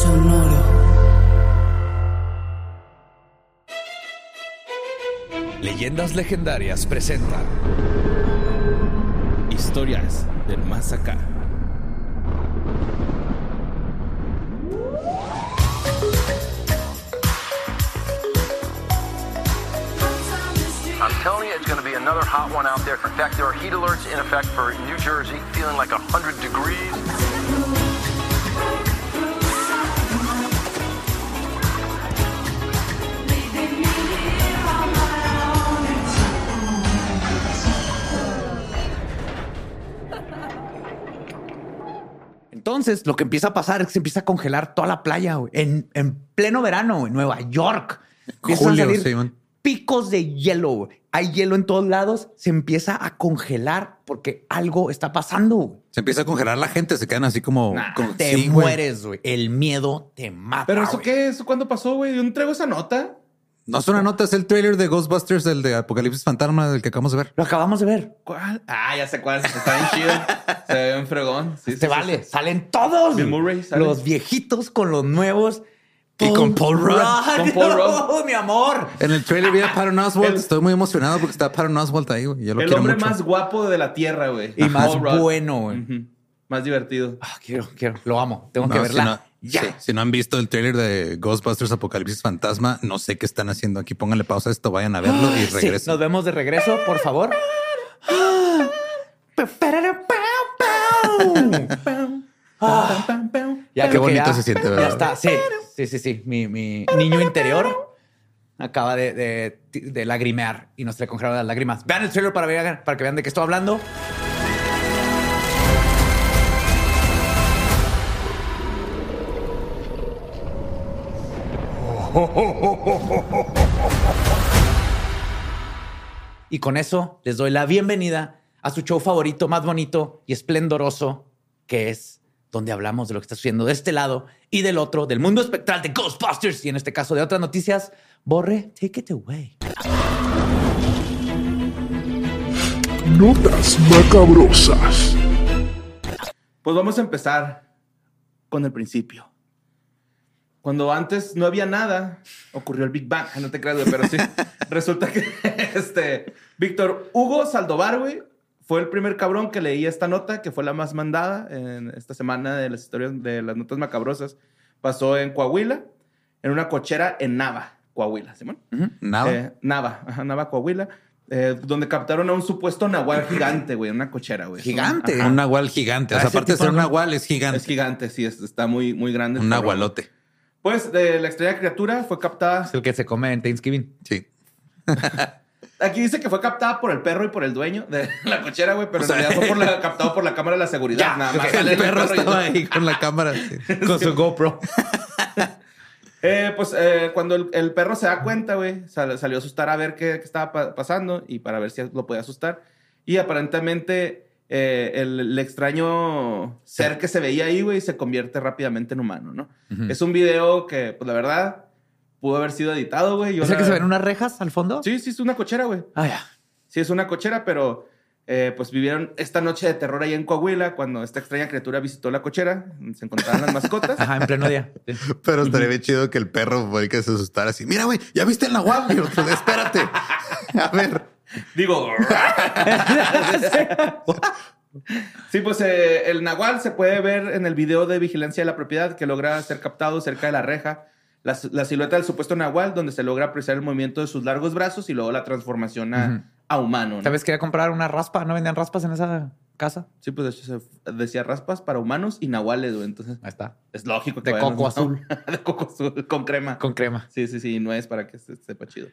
Sonoro. Leyendas Legendarias presenta Historias del Más Acá. I'm telling you, it's going to be another hot one out there. In fact, there are heat alerts in effect for New Jersey, feeling like 100 degrees. Entonces, lo que empieza a pasar es que se empieza a congelar toda la playa güey. En, en pleno verano en Nueva York. Empiezan Julio, a salir sí, man. picos de hielo. güey. Hay hielo en todos lados. Se empieza a congelar porque algo está pasando. güey. Se empieza a congelar la gente, se quedan así como. Nah, como- te Oh, sí, güey. mueres, güey. El miedo te mata. ¿Pero eso Ah, güey. qué es? ¿Cuándo pasó, güey? ¿Yo no traigo esa nota? No es una nota, es el trailer de Ghostbusters, el de Apocalipsis Fantasma, del que acabamos de ver. Lo acabamos de ver. ¿Cuál? Ah, ya sé cuál. Está bien chido. Se ve bien fregón. Se Sí, sí, sí, vale. sí. Salen todos. Bill güey. Murray sale. Los viejitos con los nuevos. Y con Paul Rudd. Con Paul Rudd, mi amor. En el trailer vi a Patton Oswalt. El- Estoy muy emocionado porque está Patton Oswalt ahí. güey. Yo lo El quiero hombre mucho. más guapo de la tierra, güey. Y más Paul Rudd. bueno, güey. Ujú. Más divertido. Ah, quiero, quiero. Lo amo. Tengo que No, verla. Si no, ya. sí, si no han visto el trailer de Ghostbusters Apocalipsis Fantasma, no sé qué están haciendo aquí. Pónganle pausa a esto, vayan a verlo y Ah, Sí, regresen. nos vemos de regreso, por favor. Ah, Pam, pam. ya Qué creo que bonito se siente, Ya ¿verdad? está. Sí, sí, sí, sí. Mi, mi niño interior acaba de, de, de lagrimear y nos le congelaron las lágrimas. Vean el trailer para, ver- para que vean de qué estoy hablando. Y con eso les doy la bienvenida a su show favorito, más bonito y esplendoroso, que es donde hablamos de lo que está sucediendo de este lado y del otro, del mundo espectral de Ghostbusters y en este caso de otras noticias. Borre, take it away. Notas macabrosas. Pues vamos a empezar con el principio. Cuando antes no había nada, ocurrió el Big Bang. Ay, No te creas, güey, pero sí. Resulta que este Víctor Hugo Saldovar, güey, fue el primer cabrón que leía esta nota, que fue la más mandada en esta semana de las historias de las notas macabrosas. Pasó en Coahuila, en una cochera en Nava, Coahuila, Simón. Nada. Eh, Nava, ajá, Nava, Coahuila, eh, donde captaron a un supuesto nahual gigante, güey, en una cochera, güey. Gigante. Un nahual gigante. O Ah, sea, ese aparte de tipo ser un no- nahual, es gigante. Es gigante, sí, es- está muy, muy grande. un Pero- nahualote. Pues de la extraña criatura fue captada. Es el que se come en Thanksgiving. Sí. Aquí dice que fue captada por el perro y por el dueño de la cochera, güey, pero O sea, en realidad fue por la, captado por la cámara de la seguridad. Ya, nada más. ok, Sale El perro y- estaba ahí con la cámara. sí. Con su GoPro. Eh, pues eh, cuando el, el perro se da cuenta, güey, sal- salió a asustar a ver qué, qué estaba pa- pasando y para ver si lo podía asustar. Y aparentemente eh, el, el extraño ser que se veía ahí, güey, se convierte rápidamente en humano, ¿no? Es un video que, pues la verdad, pudo haber sido editado, güey. Yo ¿Es el la- que se ven unas rejas al fondo? Sí, sí, es una cochera, güey. Ah, ya. Sí, es una cochera, pero eh, pues vivieron esta noche de terror ahí en Coahuila cuando esta extraña criatura visitó la cochera, donde se encontraban las mascotas. Ajá, en pleno día. Sí. Pero estaría bien chido que el perro fue el que se asustara así. Mira, güey, ya viste el nahual. Y el otro, espérate. A ver. Digo, sí, pues eh, el nahual se puede ver en el video de vigilancia de la propiedad que logra ser captado cerca de la reja. La, s- la silueta del supuesto nahual, donde se logra apreciar el movimiento de sus largos brazos y luego la transformación a, Ujú. a humano. ¿no? ¿Sabes? Quería comprar una raspa. ¿No vendían raspas en esa casa? Sí, pues de hecho se f- decía raspas para humanos y nahuales, güey. Entonces Ahí está. es lógico que De vayan coco los- azul. de coco azul, con crema. Con crema. Sí, sí, sí, no es para que se- sepa chido.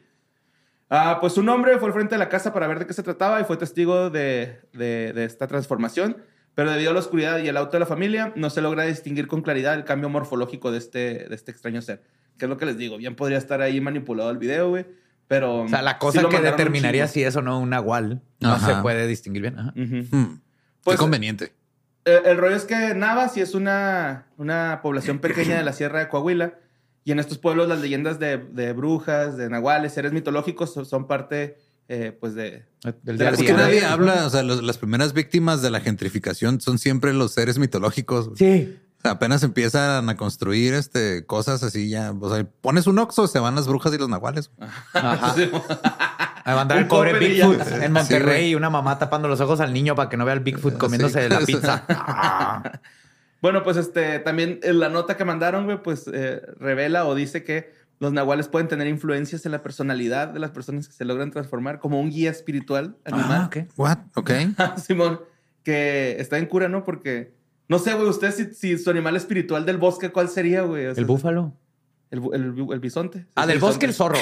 Ah, pues un hombre fue al frente de la casa para ver de qué se trataba y fue testigo de, de- de esta transformación, pero debido a la oscuridad y el auto de la familia, no se logra distinguir con claridad el cambio morfológico de este, de este extraño ser. Que es lo que les digo, bien podría estar ahí manipulado el video, güey, pero... O sea, la cosa que determinaría si es o no un nahual no Ajá. se puede distinguir bien. Ajá. Hmm. Pues- Qué conveniente. Eh, El, rollo es que Nava sí es una, una población pequeña de la Sierra de Coahuila. Y en estos pueblos las leyendas de, de brujas, de nahuales, seres mitológicos son- son parte eh, pues de... Del día a de la Es día. que tierra. nadie habla, o sea, los- las primeras víctimas de la gentrificación son siempre los seres mitológicos. Sí. O sea, apenas empiezan a construir este cosas así ya. O sea, pones un oxo, se van las brujas y los nahuales. Ajá. A mandar Un el cobre cobre y ya. Bigfoot Sí, en Monterrey y una mamá tapando los ojos al niño para que no vea al Bigfoot comiéndose Sí. la pizza. Ah. Bueno, pues este, también en la nota que mandaron, güey, pues eh, revela o dice que los nahuales pueden tener influencias en la personalidad de las personas que se logran transformar como un guía espiritual animal. Ah, ok. What? Ok. Simón, que está en cura, ¿no? Porque, no sé, güey, usted si, si su animal espiritual del bosque, ¿cuál sería, güey? O sea, El búfalo. El, bu- el bu- el bisonte. Ah, del bosque el zorro.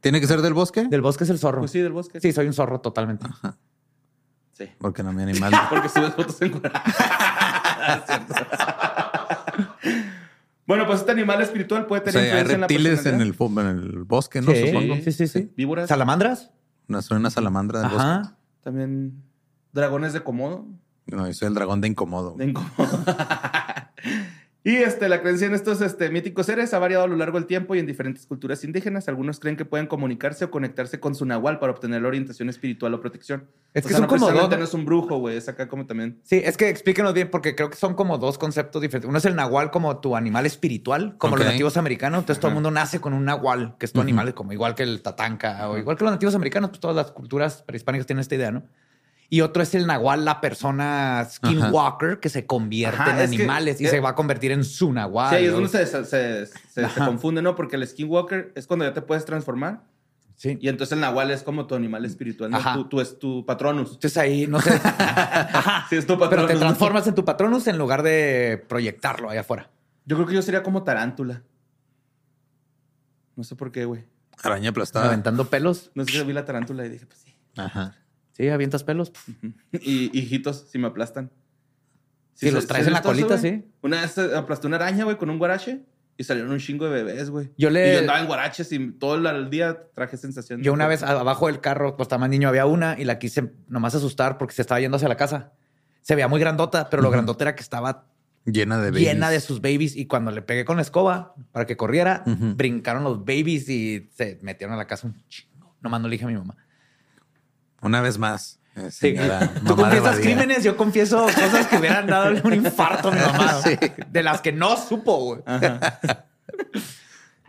¿Tiene que ser del bosque? Del bosque es el zorro. Pues sí, del bosque. Sí, soy un zorro totalmente. Sí. Porque no, mi animal. Porque subes fotos en cura. Es cierto. bueno, pues este animal espiritual puede O tener sea, hay influencia en la reptiles en personalidad. el, fo- en el bosque, ¿no? Sí. Supongo. Sí, sí, sí. Víboras. ¿Salamandras? Una, soy una salamandra del bosque. Ajá. También dragones de Komodo. No, yo soy el dragón de incomodo. De Komodo. y este, la creencia en estos este, míticos seres ha variado a lo largo del tiempo y en diferentes culturas indígenas. Algunos creen que pueden comunicarse o conectarse con su nahual para obtener la orientación espiritual o protección. Es O que sea, son no como precisamente dos- No es un brujo, güey. Es acá como también. Sí, es que explíquenos bien porque creo que son como dos conceptos diferentes. Uno es el nahual como tu animal espiritual, como Ok. los nativos americanos. Entonces todo el mundo nace con un nahual, que es tu animal, como igual que el tatanca o igual que los nativos americanos. Pues todas las culturas prehispánicas tienen esta idea, ¿no? Y otro es el nahual, la persona skinwalker que se convierte Ajá, en es que- animales y eh, se va a convertir en su nahual. sí, ahí es ¿no? donde se, se- se- se- se confunde, ¿no? Porque el skinwalker es cuando ya te puedes transformar Sí. y entonces el nahual es como tu animal espiritual. ¿no? Ajá. Tú, tú es tu patronus. Entonces ahí, no sé. Ajá. Sí, es tu Pero patronus, te ¿no? transformas en tu patronus en lugar de proyectarlo allá afuera. Yo creo que yo sería como tarántula. No sé por qué, güey. Araña Ah. aplastada. Aventando pelos. No sé si vi la tarántula y dije, pues sí. Ajá. Sí, avientas pelos. Pf. Y hijitos, si me aplastan. Si los se- traes ¿se en la has visto eso, colita, güey? sí. Una vez eh, aplasté una araña, güey, con un guarache y salieron un chingo de bebés, güey. Yo le- Y yo andaba en guaraches y todo el- el día traje sensación. de- Yo una vez a- abajo del carro, pues estaba más niño, había una y la quise nomás asustar porque se estaba yendo hacia la casa. Se veía muy grandota, pero lo grandota era que estaba Llena de llena de babies. sus babies y cuando le pegué con la escoba para que corriera, brincaron los babies y se metieron a la casa un chingo. Nomás no le dije a mi mamá. Una vez más. eh, Sí. señora Tú mamá de confiesas Badía. crímenes, yo confieso cosas que hubieran dado un infarto a mi mamá. Sí. De las que no supo, güey.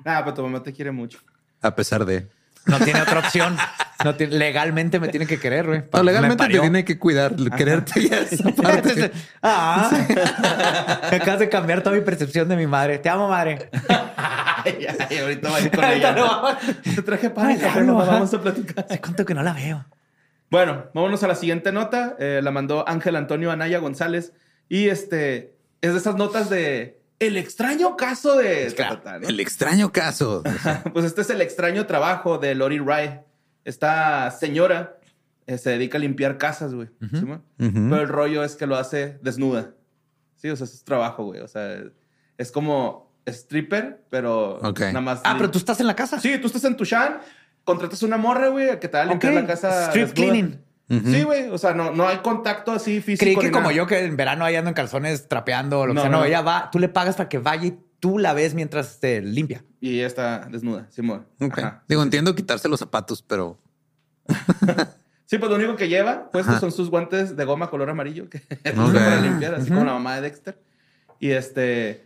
Ah, pero tu mamá te quiere mucho. A pesar de. No tiene otra opción. No tiene- legalmente me tiene que querer, güey. No, legalmente Me te parió. tiene que cuidar, quererte ya esa parte. Ah, me acabas de cambiar toda mi percepción de mi madre. Te amo, madre. Ay, ay, ahorita voy con Ahorita ella. no vamos. Te traje pan y Ay, café, no, mamá, ajá. vamos a platicar. Hace cuánto que no la veo. Bueno, vámonos a la siguiente nota. Eh, la mandó Ángel Antonio Anaya González. Y este es de esas notas de el extraño caso de. ta, ta, ta, ¿no? El extraño caso. Pues este es el extraño trabajo de Lori Rye. Esta señora eh, se dedica a limpiar casas, güey. ¿Sí, mo? Ujú. Pero el rollo es que lo hace desnuda. Sí, o sea, es su trabajo, güey. O sea, es como stripper, pero Ok. nada más. Ah, pero tú estás en la casa. Sí, tú estás en tu shan, contratas una morra, güey, que te va a limpiar Ok. la casa. Strip desnuda. cleaning. Sí, güey. O sea, no, no hay contacto así físico. Creí que ni como nada. yo que en verano ahí ando en calzones trapeando o lo que No, sea. No, no. ella va, tú le pagas para que vaya y tú la ves mientras te limpia. Y ella está desnuda, Simón. Ok. Ajá. Digo, entiendo quitarse los zapatos, pero Sí, pues lo único que lleva puestos son sus guantes de goma color amarillo que usa Ok. para limpiar, así como la mamá de Dexter. Y este.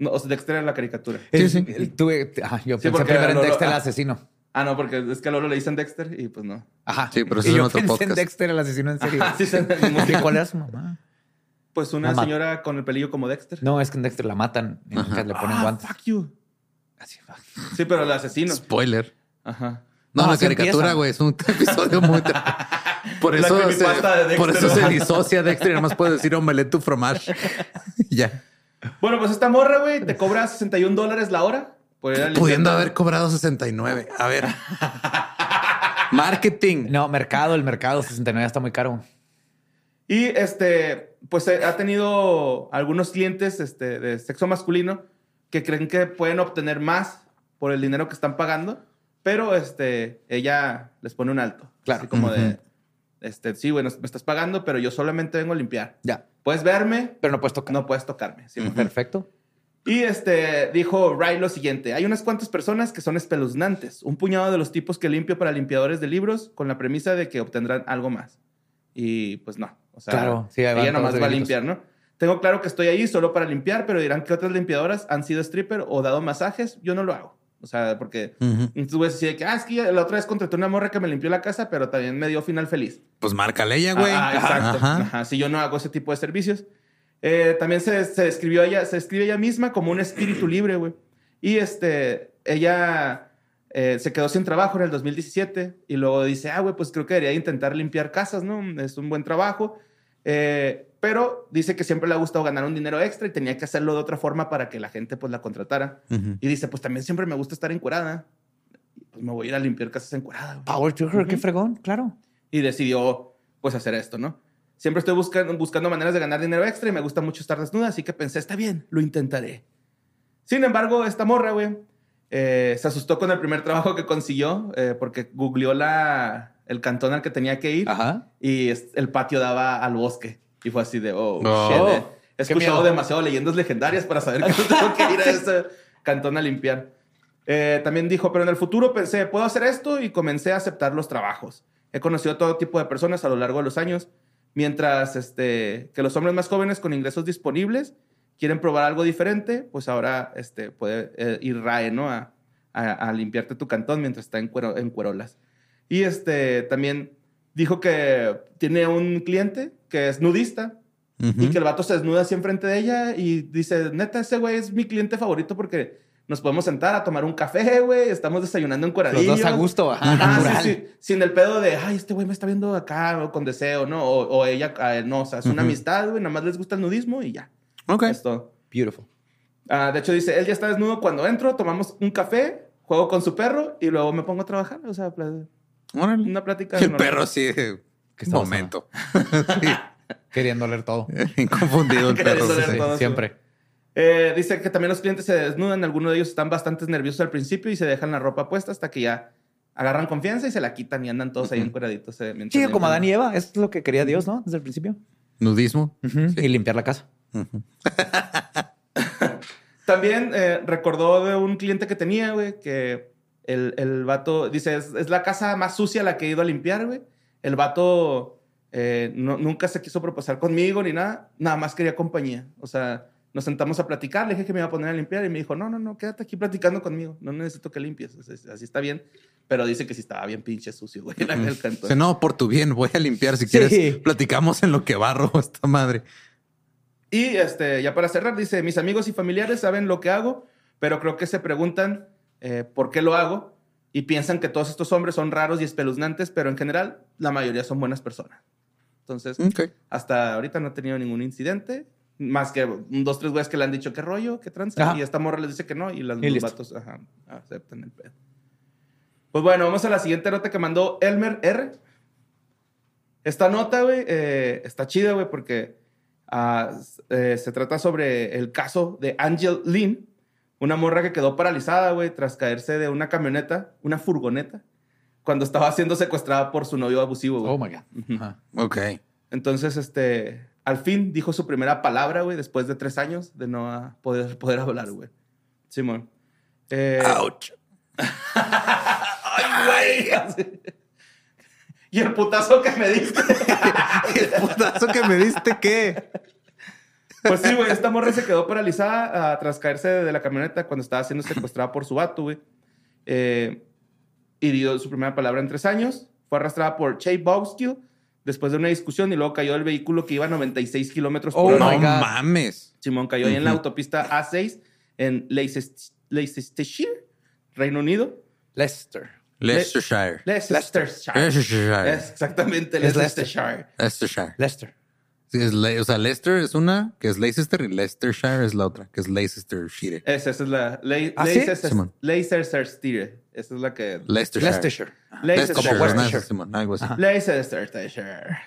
No, o sea, Dexter era la caricatura. Sí, sí. El- tuve- ah, yo Sí, pensé porque primero en lo- lo- Dexter el ah. asesino. Ah, no, porque es que a Lolo le dicen Dexter y pues no. Ajá. Sí, pero eso y es yo en otro pensé en podcast. Dexter el asesino en serio. Ajá, sí, se- ¿Y cuál era su mamá? Pues una Mamá. señora con el pelillo como Dexter. No, es que en Dexter la matan y nunca le ponen Ah, guantes. fuck you. Así, fuck. Sí, pero el asesino. Spoiler. Ajá. No, No, la así caricatura, empieza. güey, es un episodio muy... tra- Por La eso, se, creepypasta de Dexter, por eso se ¿no? disocia Dexter y nada más puede decir omelette tu fromage. Y ya. Bueno, pues esta morra, güey, te cobra 61 dólares la hora. Por ir a limpiar. Pudiendo haber cobrado 69. A ver. Marketing. No, mercado, el mercado 69 está muy caro. Y este, pues eh, ha tenido algunos clientes este, de sexo masculino que creen que pueden obtener más por el dinero que están pagando, pero este, ella les pone un alto. Claro. Así como de, Ujú. este, sí, bueno, me estás pagando, pero yo solamente vengo a limpiar. Ya. Puedes verme, Pero no puedes tocar. no puedes tocarme. sí, mujer. Perfecto. Y este dijo Wright lo siguiente: hay unas cuantas personas que son espeluznantes, un puñado de los tipos que limpio para limpiadores de libros con la premisa de que obtendrán algo más. Y pues no, o sea, Claro, sí, ahí van ella todos nomás los va a deditos. limpiar, ¿no? Tengo claro que estoy ahí solo para limpiar, pero dirán que otras limpiadoras han sido stripper o dado masajes. Yo no lo hago. O sea, porque Ujú. entonces voy a decir que, ah, es que ya la otra vez contraté una morra que me limpió la casa, pero también me dio final feliz. Pues márcale ella, güey. Ah, ah, exacto. Ajá. Ajá, Si yo no hago ese tipo de servicios. Eh, también se, se describió ella, se describe ella misma como un espíritu libre, güey. Y este, ella eh, se quedó sin trabajo en el 2017 y luego dice, ah, güey, pues creo que debería intentar limpiar casas, ¿no? Es un buen trabajo. Eh, pero dice que siempre le ha gustado ganar un dinero extra y tenía que hacerlo de otra forma para que la gente pues la contratara. Ujú. Y dice, pues también siempre me gusta estar encuerada. Pues me voy a ir a limpiar casas encuerada. güey Power to her, qué fregón, claro. y decidió pues hacer esto, ¿no? Siempre estoy buscando, buscando maneras de ganar dinero extra y me gusta mucho estar desnuda, así que pensé, está bien, lo intentaré. Sin embargo, esta morra, güey, eh, se asustó con el primer trabajo que consiguió eh, porque googleó la, el cantón al que tenía que ir Ajá. y es- el patio daba al bosque. Y fue así de, oh, No. shit. eh. He Qué escuchado miedo. demasiado leyendas legendarias para saber que no tengo que ir a ese cantón a limpiar. Eh, también dijo, pero en el futuro pensé, puedo hacer esto y comencé a aceptar los trabajos. He conocido a todo tipo de personas a lo largo de los años, mientras este, que los hombres más jóvenes con ingresos disponibles quieren probar algo diferente, pues ahora este, puede eh, ir RAE, ¿no? A, a- a limpiarte tu cantón mientras está en, cuero- en cuerolas. Y este, también dijo que tiene un cliente que es nudista y que el vato se desnuda así enfrente de ella y dice, neta, ese güey es mi cliente favorito porque nos podemos sentar a tomar un café, güey, estamos desayunando en Los dos a gusto. Ajá, Ah, natural. sí, sí. Sin el pedo de, ay, este güey me está viendo acá o con deseo, ¿no? O, o ella, a él, no, o sea, es una Ujú. amistad, güey, nada más les gusta el nudismo y ya. Ok. Es todo. Beautiful. Ah, de hecho, dice, él ya está desnudo cuando entro, tomamos un café, juego con su perro y luego me pongo a trabajar. O sea, pla- Órale. una plática. el normal. perro sí. eh, está momento. Queriendo leer todo. Sí, Confundido el perro. Queriendo sí, leer sí. todo. eso. siempre. Eh, dice que también los clientes se desnudan, algunos de ellos están bastante nerviosos al principio y se dejan la ropa puesta hasta que ya agarran confianza y se la quitan y andan todos ahí encueraditos. eh, mientras Sí, ellos como van- Adán y Eva, es lo que quería Dios, ¿no? Desde el principio. Nudismo. Y limpiar la casa. También eh, recordó de un cliente que tenía, güey, que el, el vato, dice, es, es la casa más sucia la que he ido a limpiar, güey. El vato eh, no- nunca se quiso proposar conmigo ni nada, nada más quería compañía. O sea, nos sentamos a platicar, le dije que me iba a poner a limpiar y me dijo, no, no, no, quédate aquí platicando conmigo, no necesito que limpies, O sea, así está bien. Pero dice que sí estaba bien pinche sucio, güey, en el cantón. Dice, no, por tu bien, voy a limpiar si Sí. quieres. Platicamos en lo que barro esta madre. Y este, ya para cerrar, dice, mis amigos y familiares saben lo que hago, pero creo que se preguntan eh, por qué lo hago y piensan que todos estos hombres son raros y espeluznantes, pero en general la mayoría son buenas personas. Entonces, Ok. hasta ahorita no ha tenido ningún incidente, más que un, dos, tres güeyes que le han dicho qué rollo, qué tranza, Ajá. y esta morra les dice que no, y las, Y los listo. vatos ajá, aceptan el pedo. Pues bueno, vamos a la siguiente nota que mandó Elmer R. Esta nota, güey, eh, está chida, güey, porque ah, s- eh, se trata sobre el caso de Angel Lynn, una morra que quedó paralizada, güey, tras caerse de una camioneta, una furgoneta, cuando estaba siendo secuestrada por su novio abusivo, güey. Oh my God. Ujú. Ajá. Ok. Entonces, este, al fin dijo su primera palabra, güey, después de tres años de no ah, poder, poder hablar, güey. Simón. Eh, Ouch. ¡Ay, güey! Y el putazo que me diste. El putazo que me diste, ¿qué? Pues sí, güey, esta morra se quedó paralizada ah, tras caerse de la camioneta cuando estaba siendo secuestrada por su vato, güey. Eh, y dio su primera palabra en tres años. Fue arrastrada por Che Bogskill después de una discusión y luego cayó del vehículo que iba a 96 kilómetros por Oh hora. my no God. mames. Simón cayó ahí en la Ujú. autopista A6 en Leices- Leicestershire, Reino Unido. Lester. Leicestershire. Leicestershire. Leicestershire. Exactamente, Es Leicestershire. Leicestershire. Lester. Sí, es Le- o sea, Leicester es una que es Leicester y Leicestershire es la otra que es Leicestershire. Esa, esa es la. Lei- ¿Ah, sí? Leicester- Simón. Leicestershire. Esa es la que. Ah. Leicestershire. Leicestershire. Leicestershire. Leicestershire. Como West- ¿no? Eso, Simón, algo así. Leicestershire.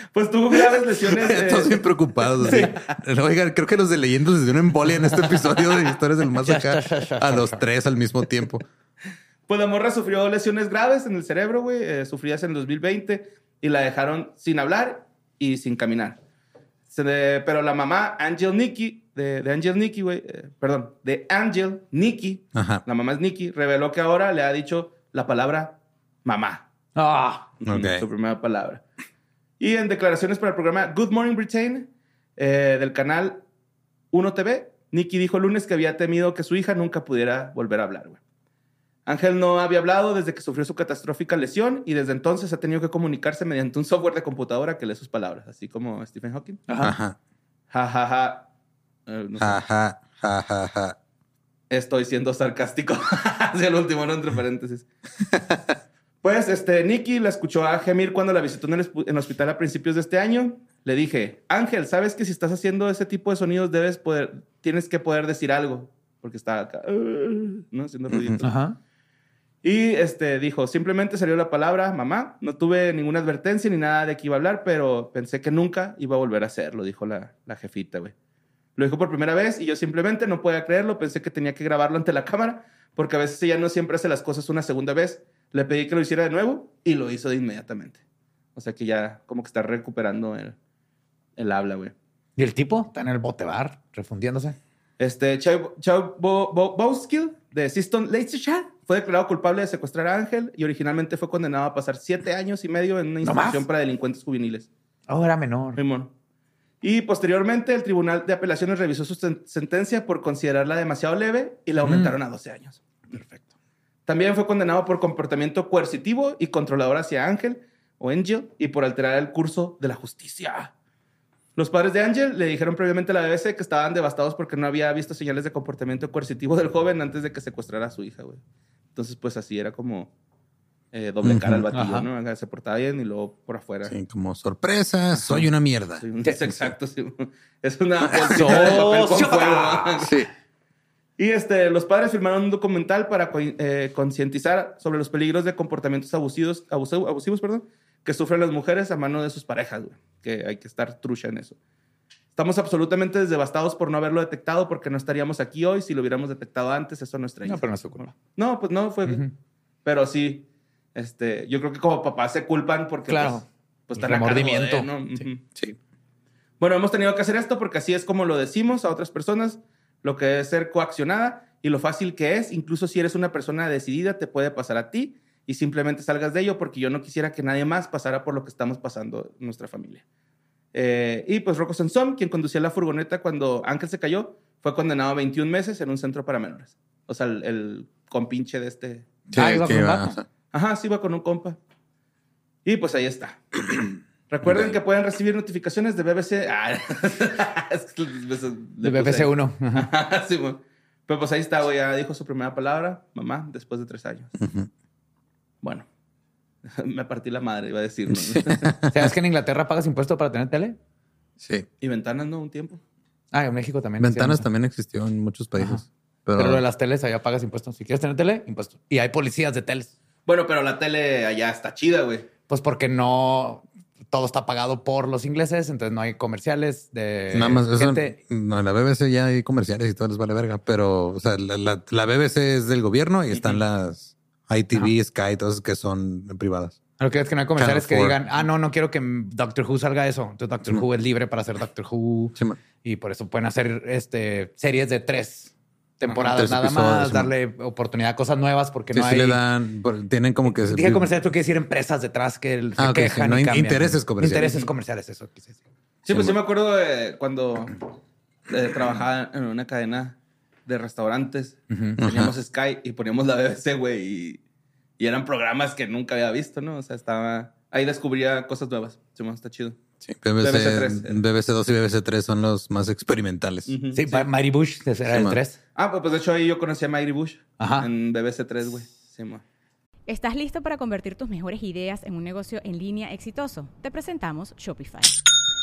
pues tuvo graves lesiones. eh, Todos bien preocupados. así. Oigan, creo que los de leyendas les dio una embolia en este episodio de historias del más acá a los tres al mismo tiempo. Pues la morra sufrió lesiones graves en el cerebro, güey, eh, sufridas en el 2020 y la dejaron sin hablar y sin caminar. Se le- pero la mamá, Angel Nicky, de, de Angel Nicky, güey, eh, perdón, de Angel Nicky, Ajá. la mamá es Nicky, reveló que ahora le ha dicho la palabra mamá. Ah, Ok. Su primera palabra. Y en declaraciones para el programa Good Morning Britain eh, del canal 1TV, Nicky dijo el lunes que había temido que su hija nunca pudiera volver a hablar. güey. Ángel no había hablado desde que sufrió su catastrófica lesión y desde entonces ha tenido que comunicarse mediante un software de computadora que lee sus palabras, así como Stephen Hawking. Ajá. Ja, ja, ja. Eh, no sé. Ajá. Ajá. Ajá. Estoy siendo sarcástico hacia el último, ¿no? Entre paréntesis. Pues, este, Nicky la escuchó a gemir cuando la visitó en el, espu- en el hospital a principios de este año. Le dije, Ángel, ¿sabes que si estás haciendo ese tipo de sonidos debes poder, tienes que poder decir algo? Porque está acá, "Ugh", ¿no? Haciendo ruiditos. ajá. Y, este, dijo, simplemente salió la palabra, mamá. No tuve ninguna advertencia ni nada de que iba a hablar, pero pensé que nunca iba a volver a hacerlo, dijo la, la jefita, güey. Lo dijo por primera vez y yo simplemente no podía creerlo. Pensé que tenía que grabarlo ante la cámara porque a veces ella no siempre hace las cosas una segunda vez. Le pedí que lo hiciera de nuevo y lo hizo de inmediatamente. O sea que ya como que está recuperando el, el habla, güey. Y el tipo está en el bote bar, refundiéndose. Este, Chau Chau Bo- Bo- Bowskill de Siston Leicestershire fue declarado culpable de secuestrar a Ángel y originalmente fue condenado a pasar siete años y medio en una ¿No más? institución para delincuentes juveniles. Oh, era menor. Simón. Y posteriormente el Tribunal de Apelaciones revisó su sen- sentencia por considerarla demasiado leve y la aumentaron a 12 años. Perfecto. También fue condenado por comportamiento coercitivo y controlador hacia Ángel o Angel y por alterar el curso de la justicia. Los padres de Ángel le dijeron previamente a la BBC que estaban devastados porque no había visto señales de comportamiento coercitivo del joven antes de que secuestrara a su hija, güey. Entonces, pues así era como eh, doble cara al Ujú, batillo, ajá. ¿no? Acá Se portaba bien y luego por afuera. Sí, como sorpresa, soy una mierda. Sí, un- exacto, sí. Es una bolsita de papel con Sociópata. fuego. Sí. Y este, los padres firmaron un documental para co- eh, concientizar sobre los peligros de comportamientos abusivos, abusivo- abusivos perdón, que sufren las mujeres a mano de sus parejas, güey. Que hay que estar trucha en eso. Estamos absolutamente devastados por no haberlo detectado porque no estaríamos aquí hoy si lo hubiéramos detectado antes. Eso no es No, pero no es su culpa. No, pues no fue. Ujú. Pero sí, este, yo creo que como papás se culpan porque Claro. pues, pues El están a cargo de, remordimiento. ¿no? Sí. Ujú. Sí. Bueno, hemos tenido que hacer esto porque así es como lo decimos a otras personas, lo que es ser coaccionada y lo fácil que es, incluso si eres una persona decidida, te puede pasar a ti y simplemente salgas de ello porque yo no quisiera que nadie más pasara por lo que estamos pasando en nuestra familia. Eh, y pues Rocco Sansom, quien conducía la furgoneta cuando Ángel se cayó, fue condenado a 21 meses en un centro para menores. O sea, el, el compinche de este... Sí, Ah, iba que con iba- vato. ajá. Ajá, sí, va con un compa. Y pues ahí está. Recuerden Ok. que pueden recibir notificaciones de BBC. Ah, es que les- les- De les puse- BBC1. Ajá. Ajá, sí, güey. Pero pues ahí está, güey. Ya dijo su primera palabra, mamá, después de tres años. Ujú. Bueno, me partí la madre, iba a decir. ¿no? ¿Sabes que en Inglaterra pagas impuesto para tener tele? Sí. y ventanas, ¿no? Un tiempo. Ah, en México también. Ventanas hacían eso. también existió en muchos países. Ajá. Pero, Pero lo de las teles allá pagas impuestos. Si quieres tener tele, impuesto. Y hay policías de teles. Bueno, pero la tele allá está chida, güey. Pues porque no todo está pagado por los ingleses, entonces no hay comerciales de nada más, eso- gente. no, la BBC ya hay comerciales y todo les vale verga, pero o sea, la, la- la BBC es del gobierno y están las ITV, Sky, todas esas que son privadas. Lo que es que no hay comerciales que Channel four. digan, ah, no, no quiero que Doctor Who salga eso. Entonces Doctor Who es libre para hacer Doctor Who Sí, man. y por eso pueden hacer este series de tres, temporadas tres nada episodios, más, sí, darle oportunidad a cosas nuevas porque Sí, no sí hay. le dan, tienen como que... Dije comercial, tú quieres decir empresas detrás que el- se Ah, ok, sí, quejan no, y in- cambian. intereses comerciales. Intereses comerciales, eso quise decir. Sí, pues yo me acuerdo de cuando eh, trabajaba en una cadena de restaurantes. Teníamos Sky y poníamos la BBC, güey. Y, y eran programas que nunca había visto, ¿no? O sea, estaba... Ahí descubría cosas nuevas. Sí, man, está chido. Sí, BBC, BBC3, eh. BBC 2 y BBC 3 son los más experimentales. Ujú, Sí, Ma- Mary Bush ese era Sí, el ma. 3. Ah, pues, pues, de hecho ahí yo conocí a Mayri Bush. Ajá. En BBC 3, güey. Sí, man. ¿Estás listo para convertir tus mejores ideas en un negocio en línea exitoso? Te presentamos Shopify.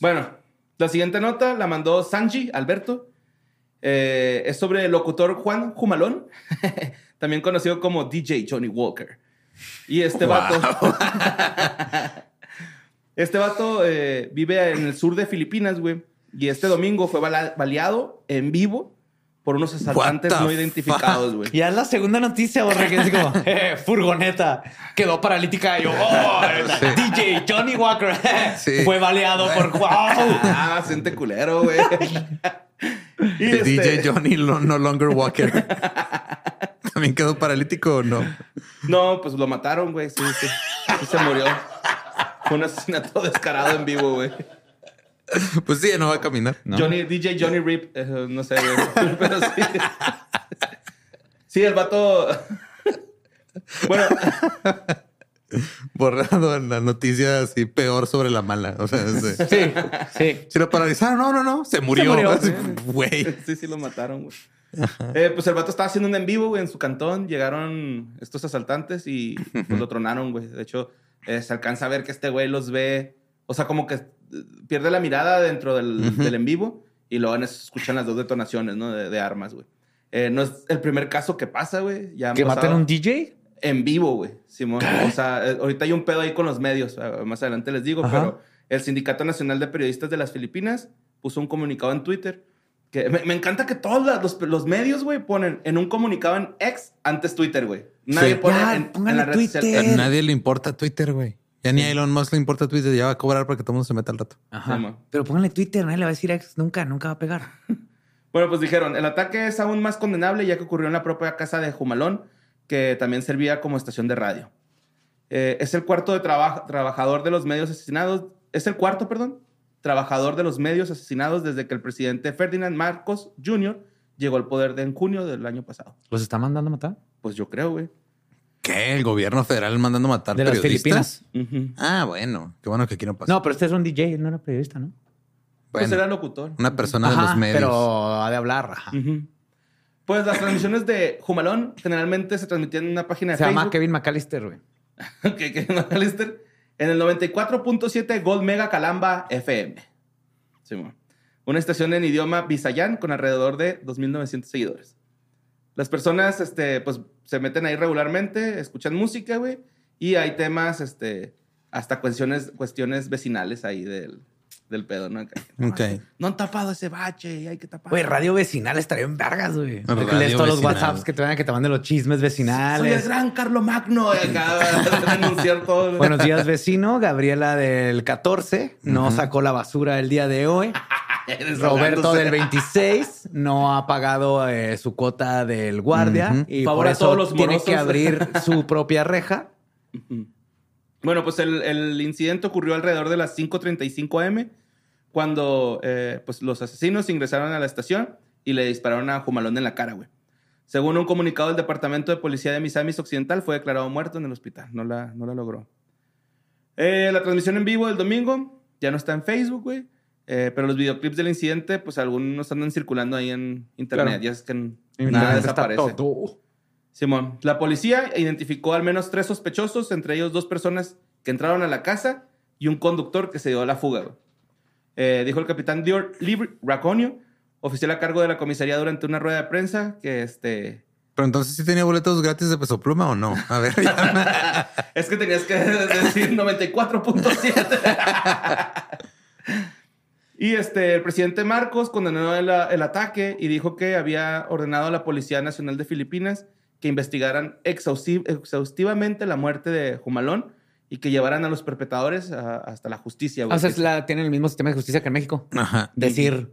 Bueno, la siguiente nota la mandó Sanji Alberto. Eh, es sobre el locutor Juan Jumalón, también conocido como DJ Johnny Walker. Y este vato. este vato eh, vive en el sur de Filipinas, güey. Y este domingo fue bala- baleado en vivo por unos asaltantes What the no identificados, güey. Ya es la segunda noticia, borre, que es como, eh, furgoneta quedó paralítica. Y yo, oh, DJ Johnny Walker Sí. fue baleado por wow. Ah, siente culero, güey. Y El este- DJ Johnny Lo- No Longer Walker. ¿También quedó paralítico o no? No, pues lo mataron, güey. Sí, sí. Sí se murió. Fue un asesinato descarado en vivo, güey. Pues sí, ya no va a caminar. ¿no? Johnny, DJ Johnny Rip, eh, no sé, güey. Pero sí. Sí, el vato. Bueno, Borrado en las noticias y peor sobre la mala. O sea, se, Sí, sí. si lo paralizaron, no, no, no, se murió. murió. Así, Güey. sí, sí, lo mataron, güey. Eh, pues el vato estaba haciendo un en vivo, güey, en su cantón. Llegaron estos asaltantes y pues, lo tronaron, güey. De hecho, eh, se alcanza a ver que este güey los ve. O sea, como que eh, pierde la mirada dentro del, del en vivo y luego en eso se escuchan las dos detonaciones, ¿no? De, de armas, güey. Eh, no es el primer caso que pasa, güey. Ya han ¿Que matan pasado- a un DJ? en vivo, güey. Simón. O sea, eh, ahorita hay un pedo ahí con los medios. eh, Más adelante les digo, Ajá. pero el Sindicato Nacional de Periodistas de las Filipinas puso un comunicado en Twitter. Que me, me encanta que todos la- los, los medios, güey, ponen en un comunicado en ex antes Twitter, güey. Nadie Sí. pone Ya, en, en póngale la red social A Twitter. ex. nadie le importa Twitter, güey. Ya ni a Elon Musk le importa Twitter, ya va a cobrar para que todo el mundo se meta al rato. Ajá. Sí, ma. Pero pónganle Twitter, nadie le va a decir ex, nunca, nunca va a pegar. Bueno, pues dijeron, el ataque es aún más condenable ya que ocurrió en la propia casa de Jumalón, que también servía como estación de radio. Eh, es el cuarto de traba- trabajador de los medios asesinados, es el cuarto, perdón, trabajador de los medios asesinados desde que el presidente Ferdinand Marcos Jr. llegó al poder de en junio del año pasado. ¿Los está mandando a matar? Pues yo creo, güey. ¿Qué? ¿El gobierno federal mandando matar ¿De las periodistas? Pues Filipinas? Ujú. Ah, bueno. Qué bueno que aquí no pasa. No, pero este es un DJ, no era periodista, ¿no? Pues Bueno, era locutor. una persona de los medios. pero ha de hablar. ajá. Ujú. Pues las transmisiones de Jumalón generalmente se transmitían en una página de Se llama Facebook. Kevin McAllister, güey. que, que McAllister, en el 94.7 Gold Mega Calamba FM. Simón. Una estación en idioma bisayán con alrededor de 2.900 seguidores. Las personas, este, pues, se meten ahí regularmente, escuchan música, güey, y hay temas, este, hasta cuestiones, cuestiones vecinales ahí del, del pedo, ¿no? Acá. Ok. No han tapado ese bache y hay que taparlo. Güey, radio vecinal estaría en vergas, güey. Radio Lees todos los vecinal. WhatsAps que te van a que te manden los chismes Soy el vecinales. gran Carlo Magno. y Acá denunciar todo. Buenos días, vecino. Gabriela del 14 no sacó la basura el día de hoy. Eres Roberto ahogándose. del 26 no ha pagado eh, su cuota del guardia Ujú. y Favor por a eso todos los tiene morosos. que abrir su propia reja. Bueno, pues el, el incidente ocurrió alrededor de las 5.35 am, cuando eh, pues los asesinos ingresaron a la estación y le dispararon a Jumalón en la cara, güey. Según un comunicado del Departamento de Policía de Misamis Occidental, fue declarado muerto en el hospital. No la, no la logró. Eh, la transmisión en vivo del domingo ya no está en Facebook, güey. Eh, pero los videoclips del incidente, pues algunos andan circulando ahí en internet. Claro. Ya es que n- nada Nada, desaparece. está todo. Simón, la policía identificó al menos tres sospechosos, entre ellos dos personas que entraron a la casa y un conductor que se dio a la fuga. güey. Eh, dijo el capitán Dior Libri Raconio, oficial a cargo de la comisaría durante una rueda de prensa, que este... Pero entonces sí tenía boletos gratis de peso pluma o no? A ver, ya Es que tenías que decir 94.7. y este, el presidente Marcos condenó el, el ataque y dijo que había ordenado a la Policía Nacional de Filipinas que investigaran exhaustiv- exhaustivamente la muerte de Jumalón y que llevaran a los perpetradores a- hasta la justicia. güey. Ah, O sea, es Que- la, tienen el mismo sistema de justicia que en México. no. Ajá. Decir,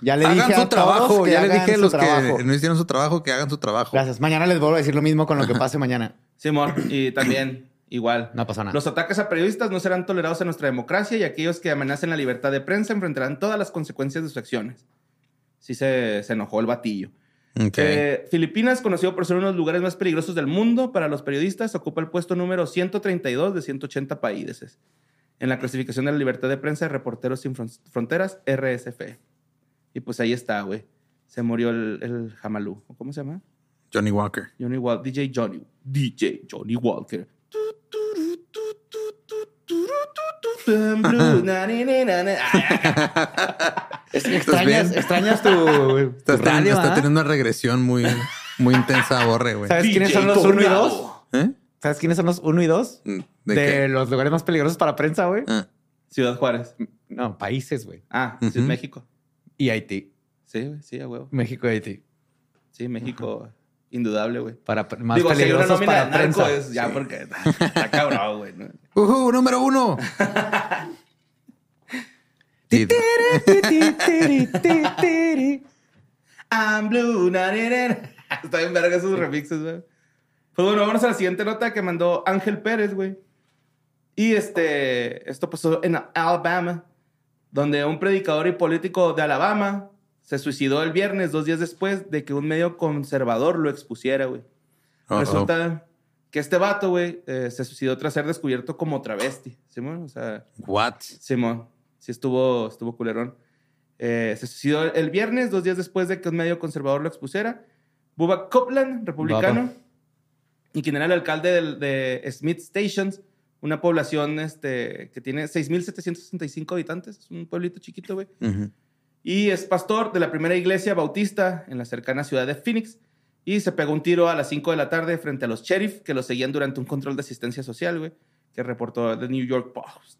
ya le hagan dije a todos su trabajo. que Ya le hagan dije a su los trabajo. que no hicieron su trabajo que hagan su trabajo. Gracias. Mañana les vuelvo a decir lo mismo con lo que pase mañana. Simón, y también igual. No pasa nada. Los ataques a periodistas no serán tolerados en nuestra democracia y aquellos que amenacen la libertad de prensa enfrentarán todas las consecuencias de sus acciones. Sí se, se enojó el batillo. Ok. Eh, Filipinas, conocido por ser uno de los lugares más peligrosos del mundo para los periodistas, ocupa el puesto número 132 de 180 países en la clasificación de la libertad de prensa de Reporteros Sin Fron- Fronteras, RSF. Y pues ahí está, güey. Se murió el, el Jamalú. ¿O ¿Cómo se llama? Johnny Walker. Johnny Wal- DJ Johnny, DJ Johnny Walker. Ah, Es- bien? Extrañas, extrañas tu, tu Está, teniendo- radio, está ¿ah? teniendo una regresión muy, muy intensa a Borre, güey. ¿Sabes quiénes son los Tornado. uno y dos? ¿Eh? ¿Sabes quiénes son los uno y dos? ¿De, De, qué? los lugares más peligrosos para prensa, güey. Ah, Ciudad Juárez. No, países, güey. Ah, sí, Ujú. México. Y Haití. Sí, güey, sí, a huevo. México y Haití. Sí, México, indudable, güey. Para, pre- más Digo, si hay una peligrosos nómina para de narco, prensa. es ya porque está cabrón, güey. ¿no? ¡Ujú! número uno. Sí, I'm blue, na, na, na. Está bien verga esos remixes, güey. Pues bueno, vamos a la siguiente nota que mandó Ángel Pérez, güey. Y este, esto pasó en Alabama, donde un predicador y político de Alabama se suicidó el viernes, dos días después de que un medio conservador lo expusiera, güey. Uh-oh. Resulta que este vato, güey, eh, se suicidó tras ser descubierto como travesti. Simón, o sea, What? Simón, sí estuvo, estuvo culerón. Eh, se suicidó el viernes, dos días después de que un medio conservador lo expusiera. Bubba Copeland, republicano, Bubba. y quien era el alcalde del- de, Smith Stations, una población este, que tiene 6.765 habitantes, es un pueblito chiquito, güey. Ujú. Y es pastor de la primera iglesia bautista en la cercana ciudad de Phoenix. Y se pegó un tiro a las 5 de la tarde frente a los sheriff que lo seguían durante un control de asistencia social, güey, que reportó The New York Post.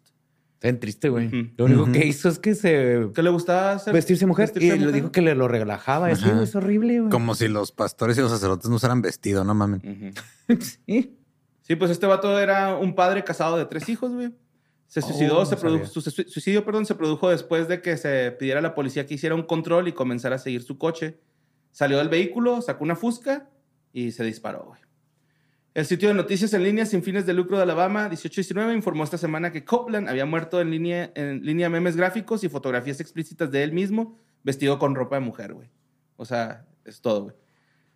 Está bien triste, güey. Ujú. Lo único Ujú. que hizo es que se ¿Qué le gustaba hacer? vestirse mujer Vestirse y le mujer. dijo que le lo relajaba. y así, Ajá. güey, es horrible, güey. Como si los pastores y los sacerdotes no usaran vestido, no mames. Ujú. Sí. Sí, pues este vato era un padre casado de tres hijos, güey. Se suicidó, Oh, no se produjo, sabía. su su- suicidio, perdón, se produjo después de que se pidiera a la policía que hiciera un control y comenzara a seguir su coche. Salió del vehículo, sacó una fusca y se disparó, güey. El sitio de noticias en línea sin fines de lucro de Alabama 1819 informó esta semana que Copeland había muerto en línea, en línea memes gráficos y fotografías explícitas de él mismo vestido con ropa de mujer, güey. O sea, es todo, güey.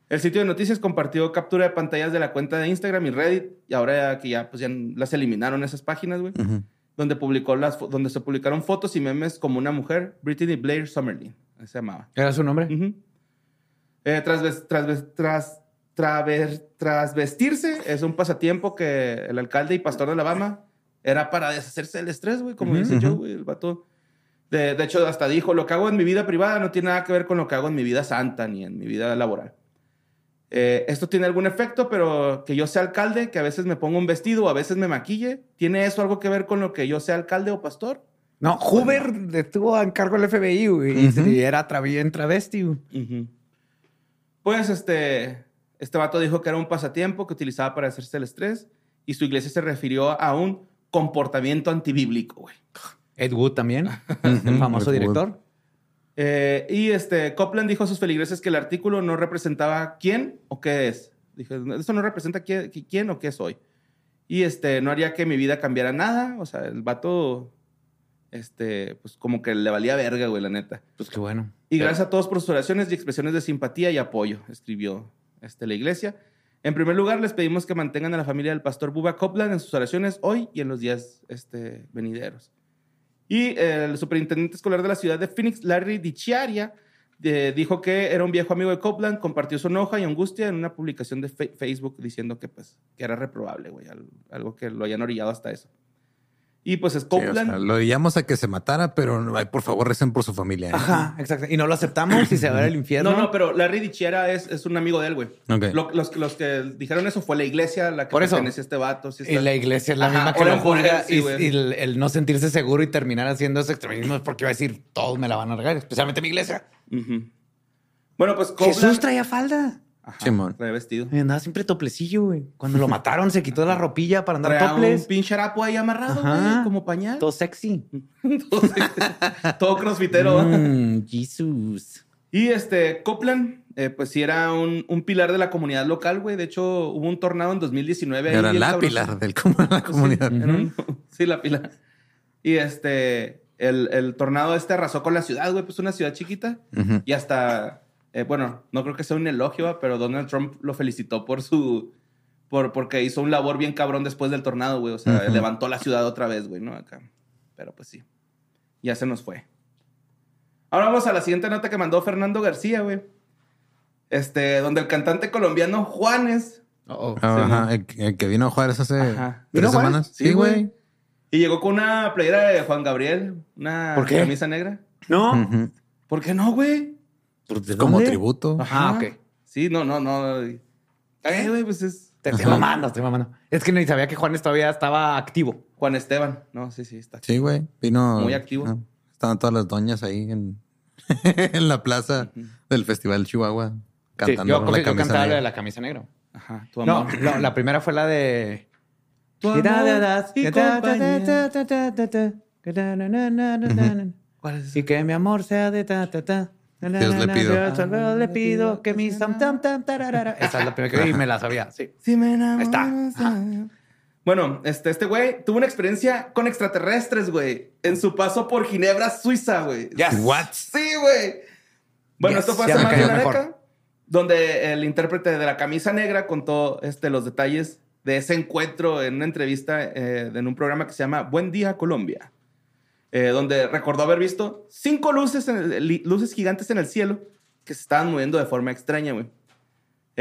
El sitio de noticias compartió captura de pantallas de la cuenta de Instagram y Reddit, y ahora ya que ya, pues ya las eliminaron esas páginas, güey, Ujú. donde, publicó las, fo- donde se publicaron fotos y memes como una mujer, Brittany Blair Summerlin, así se llamaba. Era su nombre. Ujú. Eh, tras, ves- tras, ves- tras, Traver- trasvestirse es un pasatiempo que el alcalde y pastor de Alabama era para deshacerse del estrés, güey, como Ujú, dice yo, ujú. güey, el vato. De, de hecho, hasta dijo, lo que hago en mi vida privada no tiene nada que ver con lo que hago en mi vida santa ni en mi vida laboral. Eh, esto tiene algún efecto, pero que yo sea alcalde, que a veces me ponga un vestido o a veces me maquille, ¿tiene eso algo que ver con lo que yo sea alcalde o pastor? No, Hoover estuvo en cargo del FBI, güey, y se- y era tra- bien travesti, güey. Pues este, este vato dijo que era un pasatiempo que utilizaba para hacerse el estrés y su iglesia se refirió a un comportamiento antibíblico, güey. Ed Wood también, el famoso Ed Wood. director. Eh, y este, Copland dijo a sus feligreses que el artículo no representaba quién o qué es. Dije, eso no representa quién, quién o qué soy. Y este, no haría que mi vida cambiara nada. O sea, el vato, este, pues como que le valía verga, güey, la neta. Pues qué bueno. Y gracias a todos por sus oraciones y expresiones de simpatía y apoyo, escribió este, la iglesia. En primer lugar, les pedimos que mantengan a la familia del pastor Bubba Copland en sus oraciones hoy y en los días este, venideros. Y eh, el superintendente escolar de la ciudad de Phoenix, Larry Dichiaria, de- dijo que era un viejo amigo de Copland, compartió su enoja y angustia en una publicación de fe- Facebook diciendo que, pues, que era reprobable, güey, al- algo que lo hayan orillado hasta eso. Y pues es Sí, o Copland. sea, lo llamamos a que se matara, pero ay, por favor recen por su familia. ¿eh? Ajá, Ah, exacto. Y no lo aceptamos y se va a ir al infierno. No, no, pero Larry Dichiera es, es un amigo de él, güey. Ok. Lo- los, los que dijeron eso fue la iglesia la que Por eso. pertenece a este vato. sí Y está- la iglesia es la Ajá, misma que o la lo juzga mujer, sí, y, güey. y el, el no sentirse seguro y terminar haciendo ese extremismo es porque va a decir todos me la van a regar, especialmente mi iglesia. Bueno, pues Jesús traía falda. Simón. Traía vestido. Y andaba siempre toplecillo, güey. Cuando lo mataron se quitó la ropilla para andar Traía un toples. pinche harapo ahí amarrado, Ajá. güey, como pañal. Todo sexy. Todo crossfitero. Mm, Jesús. Y este, Copland, eh, pues sí era un, un pilar de la comunidad local, güey. De hecho, hubo un tornado en 2019. ahí Era bien Pues, la sabroso. pilar del com- la comunidad. Sí, la pila. Y este, el, el tornado este arrasó con la ciudad, güey, pues una ciudad chiquita. Ujú. Y hasta, eh, bueno, no creo que sea un elogio, ¿va? pero Donald Trump lo felicitó por su, por, porque hizo un labor bien cabrón después del tornado, güey. O sea, Ujú. levantó la ciudad otra vez, güey, ¿no? Acá. Pero pues sí, ya se nos fue. Ahora vamos a la siguiente nota que mandó Fernando García, güey. Este, donde el cantante colombiano Juanes. Ah, ajá, el, el que vino a Juárez hace ¿Vino Eh, tres Juárez? semanas. Sí, güey. Y llegó con una playera de Juan Gabriel, una ¿Por qué? camisa negra. No. Mm. ¿Por qué no, güey? Como tributo. Ah, Ajá. Ah, Sí, no, no, no. Eh, güey, pues es. Te estoy mamando, estoy mamando. Es que ni sabía que Juanes todavía estaba activo. Juan Esteban. No, sí, sí, está. Sí, güey. Vino. Muy activo. ah, estaban todas las doñas ahí en, en la plaza del Festival Chihuahua cantando Sí, yo, con la yo camisa cantaba la negra. de la camisa negra. Ajá, tu no, amor. no, la primera fue la de. Tu Y da, da, da, amor y da, da, compañía. da, da, da, da, da, que da, na, na, na, na, na, na. Y que mi amor sea de ta, ta, ta. Na, na, Dios na, le na, pido. Dios solo Ah, le pido que mi tam, tam, tam, tararara. Esa es la primera que vi y me la sabía. Sí. Sí, me enamoro. Bueno, este, este güey tuvo una experiencia con extraterrestres, güey, en su paso por Ginebra, Suiza, güey. What? Sí, güey. Bueno, Yes, esto fue ya hace me más de cayó una mejor. década, donde el intérprete de la camisa negra contó este, los detalles de ese encuentro en una entrevista eh, en un programa que se llama Buen Día Colombia, eh, donde recordó haber visto cinco luces, en el- li- luces gigantes en el cielo que se estaban moviendo de forma extraña, güey.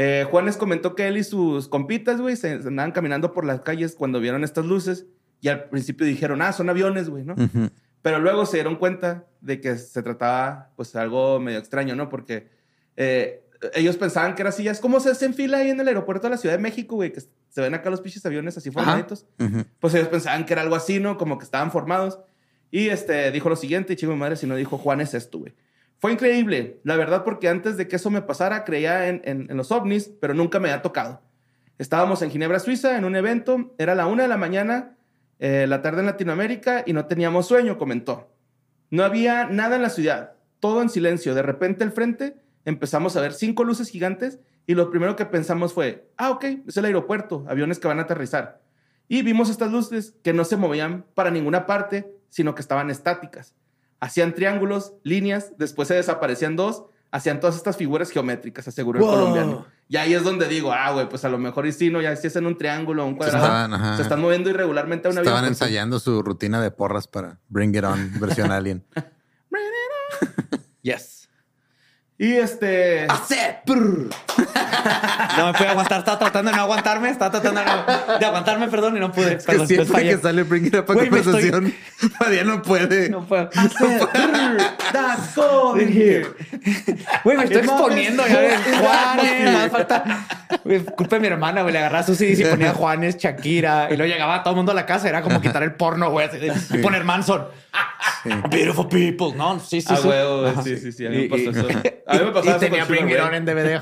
Eh, Juanes comentó que él y sus compitas, güey, se se andaban caminando por las calles cuando vieron estas luces y al principio dijeron, ah, son aviones, güey, ¿no? Ujú. Pero luego se dieron cuenta de que se trataba, pues, algo medio extraño, ¿no? Porque eh, ellos pensaban que era así, ya es como se hacen fila ahí en el aeropuerto de la Ciudad de México, güey, que se ven acá los pinches aviones así formaditos. Ujú. Pues ellos pensaban que era algo así, ¿no? Como que estaban formados. Y este, dijo lo siguiente, y chingo mi madre, si no dijo Juan es esto, güey. Fue increíble, la verdad, porque antes de que eso me pasara creía en, en- en los ovnis, pero nunca me había tocado. Estábamos en Ginebra, Suiza, en un evento, era la una de la mañana, eh, la tarde en Latinoamérica, y no teníamos sueño, comentó. No había nada en la ciudad, todo en silencio. De repente al frente empezamos a ver cinco luces gigantes y lo primero que pensamos fue, ah, ok, es el aeropuerto, aviones que van a aterrizar. Y vimos estas luces que no se movían para ninguna parte, sino que estaban estáticas. Hacían triángulos, líneas, después se desaparecían dos, hacían todas estas figuras geométricas, aseguró Wow. el colombiano. Y ahí es donde digo, ah, güey, pues a lo mejor y sí, no, ya si es en un triángulo, un cuadrado, estaban, ajá. se están moviendo irregularmente a una Estaban ensayando su rutina de porras para Bring It On versión Alien. Yes. Y este. Ah, No me pude aguantar, estaba tratando de no aguantarme, estaba tratando de, no- de aguantarme, perdón, y no pude. Es que Perdón, siempre fallé. que sale Bring It Up a Güey, me estoy- conversación, Fabián no puede. No puedo. That's cold in here. Güey, me estoy El exponiendo. momento- Ya ves, Juanes, nada más falta. Güey, Culpa de mi hermana, güey. Le agarraba sus CDs y ponía Juanes, Shakira. Y luego llegaba todo el mundo a la casa. Era como quitar el porno, güey. así de Poner Manson. Beautiful people. No, sí, sí. Ah, sí. huevo, Ajá. sí, sí, sí, a mí me Y- pasó y- eso. A mí me pasaba y eso tenía con Sugar Bring It Ray. On en DVD.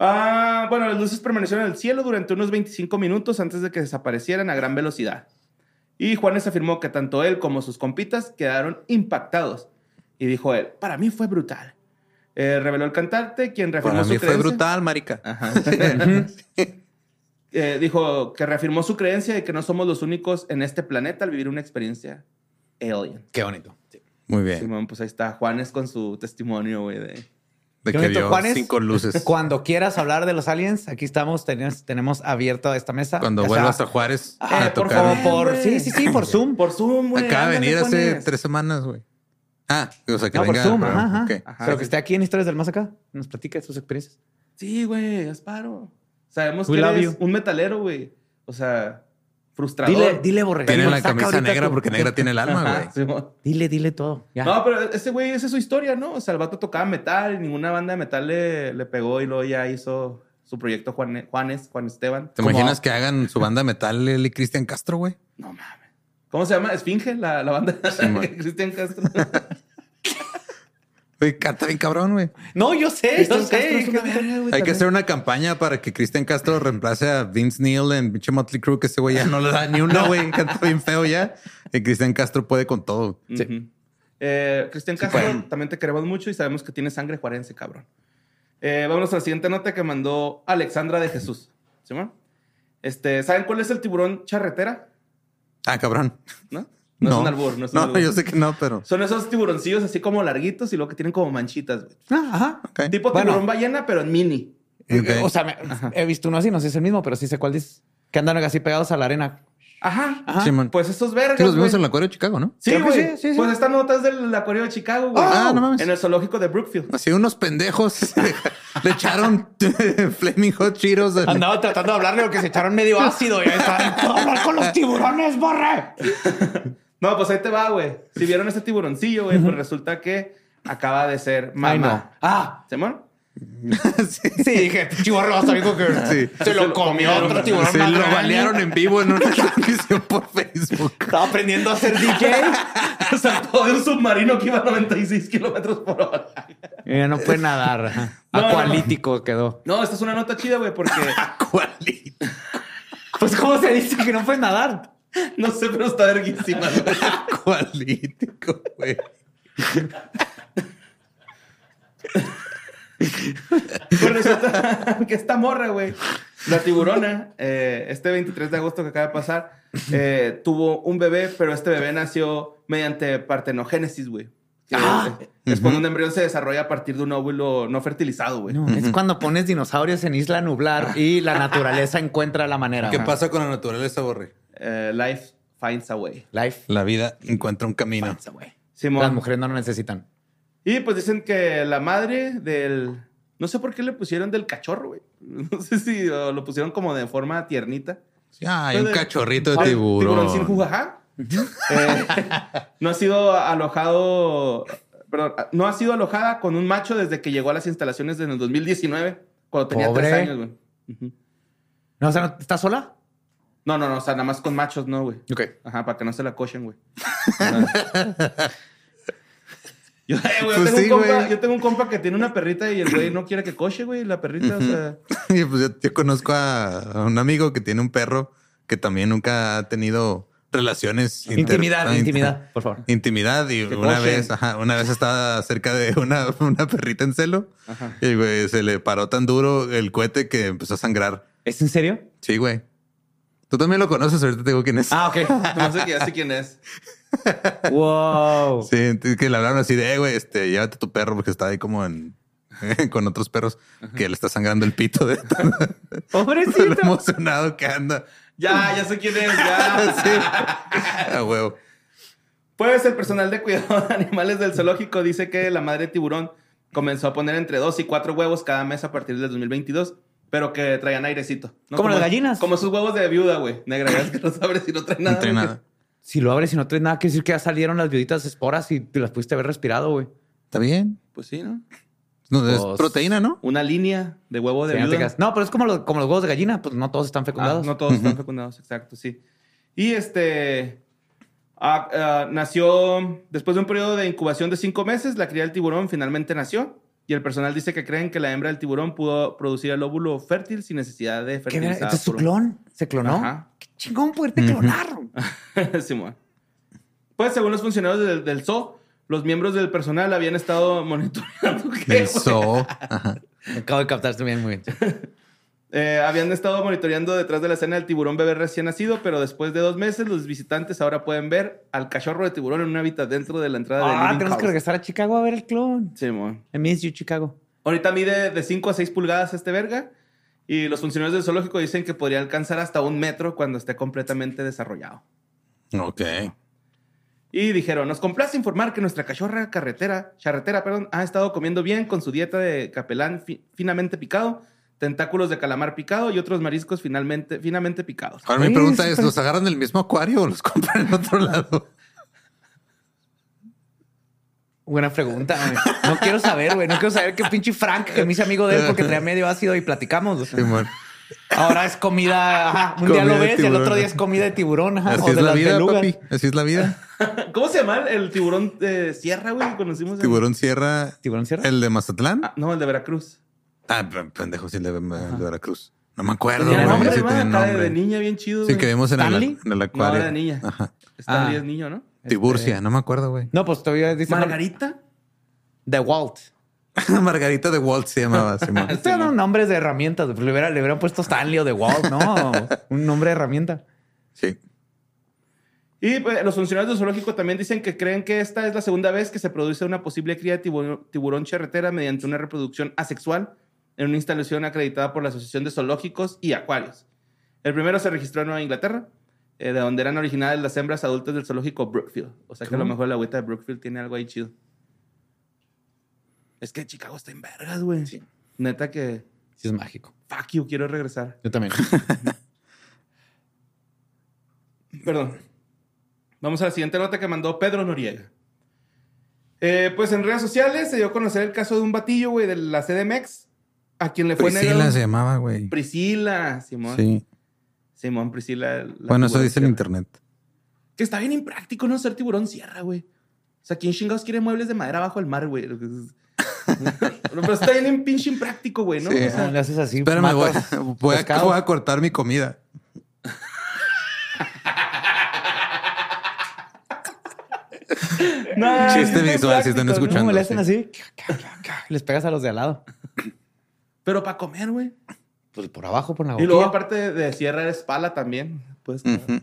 Ah, bueno, las luces permanecieron en el cielo durante unos 25 minutos antes de que desaparecieran a gran velocidad. Y Juanes afirmó que tanto él como sus compitas quedaron impactados. Y dijo él, para mí fue brutal. Eh, reveló el cantante, quien reafirmó Para su mí fue creencia- brutal, marica. Eh, dijo que reafirmó su creencia de que no somos los únicos en este planeta al vivir una experiencia alien. Qué bonito. Muy bien. Simón, pues ahí está Juanes con su testimonio, güey, de... De Qué que bonito, vio Juanes. cinco luces. Cuando quieras hablar de los aliens, aquí estamos. Tenemos, tenemos abierta esta mesa. Cuando Ya vuelvas sea- a Juárez Ah, a por tocar. favor, por. Güey. Sí, sí, sí, por Zoom. Por Zoom, güey. Acaba de ándale, venir hace Juanes. tres semanas, güey. Ah, o sea, que No, por venga. Zoom. pero- Ajá, ajá. ok. Ajá, Pero sí. que esté aquí en Historias del Más Acá. Nos platica de sus experiencias. Sí, güey, Gasparo. Sabemos We que love eres you. un metalero, güey. O sea, frustrador. Dile, dile, Borre. Tiene Dile, la saca camisa ahorita negra tu- porque negra tiene el alma, güey. Ajá, Simón. Dile, dile todo. Ya. No, pero este güey, esa es su historia, ¿no? O sea, el vato tocaba metal y ninguna banda de metal le, le pegó y luego ya hizo su proyecto Juan- Juanes, Juan Esteban. ¿Te Como- imaginas que hagan su banda metal él y Cristian Castro, güey? No mames. ¿Cómo se llama? Esfinge, la, la banda Simón. de Cristian Castro. Güey, canta bien cabrón, güey. No, yo sé, yo sé. Hay que hacer una campaña para que Cristian Castro reemplace a Vince Neil en pinche Motley Crue, que ese güey ya no le da ni una, güey. Canta bien feo ya. Y Cristian Castro puede con todo. Ujú. Eh, Cristian Castro, también te queremos mucho y sabemos que tiene sangre juarense, cabrón. Eh, vámonos a la siguiente nota que mandó Alexandra de Jesús. ¿Sí, ma? este, ¿Saben cuál es el tiburón charretera? Ah, cabrón. ¿No? No, es un albur, no es un albur. yo sé que no, pero. Son esos tiburoncillos así como larguitos y luego que tienen como manchitas. güey. Ajá. ok. Tipo eh, Bueno. tiburón ballena, pero en mini. Ok. O sea, me- he visto uno así, no sé si es el mismo, pero sí sé cuál dice. Que andan así pegados a la arena. Ajá. Ajá. Simón. Pues esos vergas. Sí, los vimos güey. en el acuario de Chicago, ¿no? Sí, Creo que güey. sí, sí, sí. Pues esta nota es del acuario de Chicago, güey. Ah, no mames. En el zoológico de Brookfield. Así unos pendejos le echaron Flaming Hot Cheetos. al- Andaba tratando de hablarle porque se echaron medio ácido. Y ahí estaban, "Puedo hablar con los tiburones, Borre. No, pues ahí te va, güey. Si vieron ese tiburoncillo, güey, pues resulta que acaba de ser Ay, mamá. no. Ah, ¿Simón? Sí. sí, dije, chivarro, hasta dijo que Sí. se lo comió otro tiburón. Se más lo grande. balearon en vivo en una transmisión por Facebook. Estaba aprendiendo a ser DJ. Saltó de un submarino que iba a 96 kilómetros por hora. Y ya no puede nadar. ajá. No, no, no. Acualítico quedó. No, esta es una nota chida, güey, porque ¿Cuál? Pues, ¿cómo se dice que no puede nadar? no sé, pero está verguísima. güey. Cualítico, güey. Pues resulta que esta morra, güey, la tiburona, eh, este 23 de agosto que acaba de pasar, eh, tuvo un bebé, pero este bebé nació mediante partenogénesis, güey. Que Ah. es, es cuando un embrión se desarrolla a partir de un óvulo no fertilizado, güey. Es cuando pones dinosaurios en isla nublar y la naturaleza encuentra la manera. ¿Qué Ajá. pasa con la naturaleza, Borre? Eh, life finds a way. Life. La vida encuentra un camino. Panza, güey. Simón. Las mujeres no lo necesitan. Y pues dicen que la madre del. No sé por qué le pusieron del cachorro, güey. No sé si o lo pusieron como de forma tiernita. Ya, hay un Entonces, cachorrito de ah, tiburón. sin jujajá. Eh, no ha sido alojado. Perdón, no ha sido alojada con un macho desde que llegó a las instalaciones en el 2019, cuando tenía tres Pobre. años, güey. Ujú. No, o sea, ¿no- ¿estás sola? No, no, no, o sea, nada más con machos, no, güey. Ok. Ajá, para que no se la cochen, güey. Ajá. Yo, eh, güey, yo Pues tengo un sí, compa- güey. yo tengo un compa que tiene una perrita y el güey no quiere que coche, güey, la perrita, o sea. Y pues yo, yo conozco a, a un amigo que tiene un perro que también nunca ha tenido relaciones. inter- Intimidad, ah, inter- intimidad, por favor. Intimidad y una cochen. vez, ajá, una vez estaba cerca de una, una perrita en celo Ajá. y güey, se le paró tan duro el cohete que empezó a sangrar. ¿Es en serio? Sí, güey. Tú también lo conoces, ahorita te digo quién es. Ah, ok. No sé, ya sé quién es. wow. Sí, entonces que le hablaron así de, "Eh, güey, este, llévate tu perro porque está ahí como en con otros perros que le está sangrando el pito de tan- de lo Pobrecito. emocionado que anda. Ya, ya sé quién es, ya. Sí. A huevo. Pues el personal de cuidado de animales del zoológico dice que la madre tiburón comenzó a poner entre dos y cuatro huevos cada mes a partir del 2022, pero que traían airecito. ¿no? Como las gallinas. Como sus huevos de viuda, güey. Negra, ya ves que los abres y no traen nada. güey. Si lo abres y no traes nada, quiere decir que ya salieron las viuditas esporas y te las pudiste haber respirado, güey. Está bien. Pues sí, ¿no? No, es Pues- proteína, ¿no? Una línea de huevo de Sí, no, te viuda. creas. No, pero es como, los- como los huevos de gallina, pues no todos están Ah, fecundados. no todos están fecundados, exacto, sí. Y este ah, ah, nació después de un periodo de incubación de cinco meses, la cría del tiburón finalmente nació. Y el personal dice que creen que la hembra del tiburón pudo producir el óvulo fértil sin necesidad de ¿Qué verga? fertilizar. ¿Este es su por un- clon? ¿Se clonó? Ajá. Qué chingón poderte Ujú. clonar. güey. Simón. Pues según los funcionarios del, del zoo, los miembros del personal habían estado monitoreando que, Del zoo. Acabo de captar también muy bien. eh, habían estado monitoreando detrás de la escena del tiburón bebé recién nacido, pero después de dos meses los visitantes ahora pueden ver al cachorro de tiburón en un hábitat dentro de la entrada del Ah, living tenemos que house. regresar a Chicago a ver el clon. Simón. I miss you, Chicago. Ahorita mide de 5 a 6 pulgadas este verga. Y los funcionarios del zoológico dicen que podría alcanzar hasta un metro cuando esté completamente desarrollado. ok. Y dijeron, nos complace informar que nuestra cachorra carretera, charretera, perdón, ha estado comiendo bien con su dieta de capelán fi- finamente picado, tentáculos de calamar picado y otros mariscos finalmente, finamente picados. Ahora mi Oye, pregunta eso es, está- ¿los agarran del mismo acuario o los compran en otro lado? Buena pregunta, güey. No quiero saber, güey. No quiero saber qué pinche Frank, que me hice amigo de él porque traía medio ácido y platicamos. güey. Simón. Ahora es comida. ajá, Un día Comida lo de ves y el tiburón. otro día es comida de tiburón. ajá, Así o es de la las vida, belugas. papi. Así es la vida. ¿Cómo se llama el tiburón de sierra, güey? que Conocimos en- Tiburón Sierra, ¿Tiburón cierra? el de Mazatlán. Ah, no, el de Veracruz. Ah, p- pendejo, sí, el de, el de Veracruz. No me acuerdo. Tenía güey, nombre, sí ¿verdad? tenía Acá de- nombre. de niña bien chido. Sí, güey. que vimos en el, ¿Stanley? en el No, acuario. era de niña. Ajá. Stanley Ah. es niño, ¿no? Tiburcia, no me acuerdo, güey. No, pues todavía dice. ¿Margarita? Este De Walt. Margarita de Walt se llamaba, Simón. Estoy dando nombres de herramientas. pues, Le hubiera- le hubieran puesto Stanley o de Walt, ¿no? Un nombre de herramienta. Sí. Y pues, los funcionarios del zoológico también dicen que creen que esta es la segunda vez que se produce una posible cría de tiburón, tiburón charretera mediante una reproducción asexual en una instalación acreditada por la Asociación de Zoológicos y Acuarios. El primero se registró en Nueva Inglaterra, eh, de donde eran originales las hembras adultas del zoológico Brookfield. O sea que a lo Mm. ¿Cómo? mejor la agüita de Brookfield tiene algo ahí chido. Es que Chicago está en vergas, güey. Neta que, Sí, es mágico. fuck you, quiero regresar. Yo también. Perdón. Vamos a la siguiente nota que mandó Pedro Noriega. Eh, pues en redes sociales se dio a conocer el caso de un batillo, güey, de la CDMX, a quien le fue Priscila negado- se llamaba, güey. Priscila, Simón. Sí. Simón, Priscila. la Bueno, eso tiburón dice el sierra. internet. Que está bien impráctico no ser tiburón sierra, güey. O sea, ¿quién chingados quiere muebles de madera bajo el mar, güey? Pero está bien en pinche impráctico, güey, ¿no? Sí. O sea, Le haces así. Espérame, voy, pues matas voy a, pescado. voy a cortar mi comida. no, Chiste está visual, si están impráctico, escuchando. No, le sí. hacen así. Les pegas a los de al lado. Pero para comer, güey. Pues por abajo, por la Y luego, boquilla. aparte de, de sierra, es pala también. Pues, Ujú.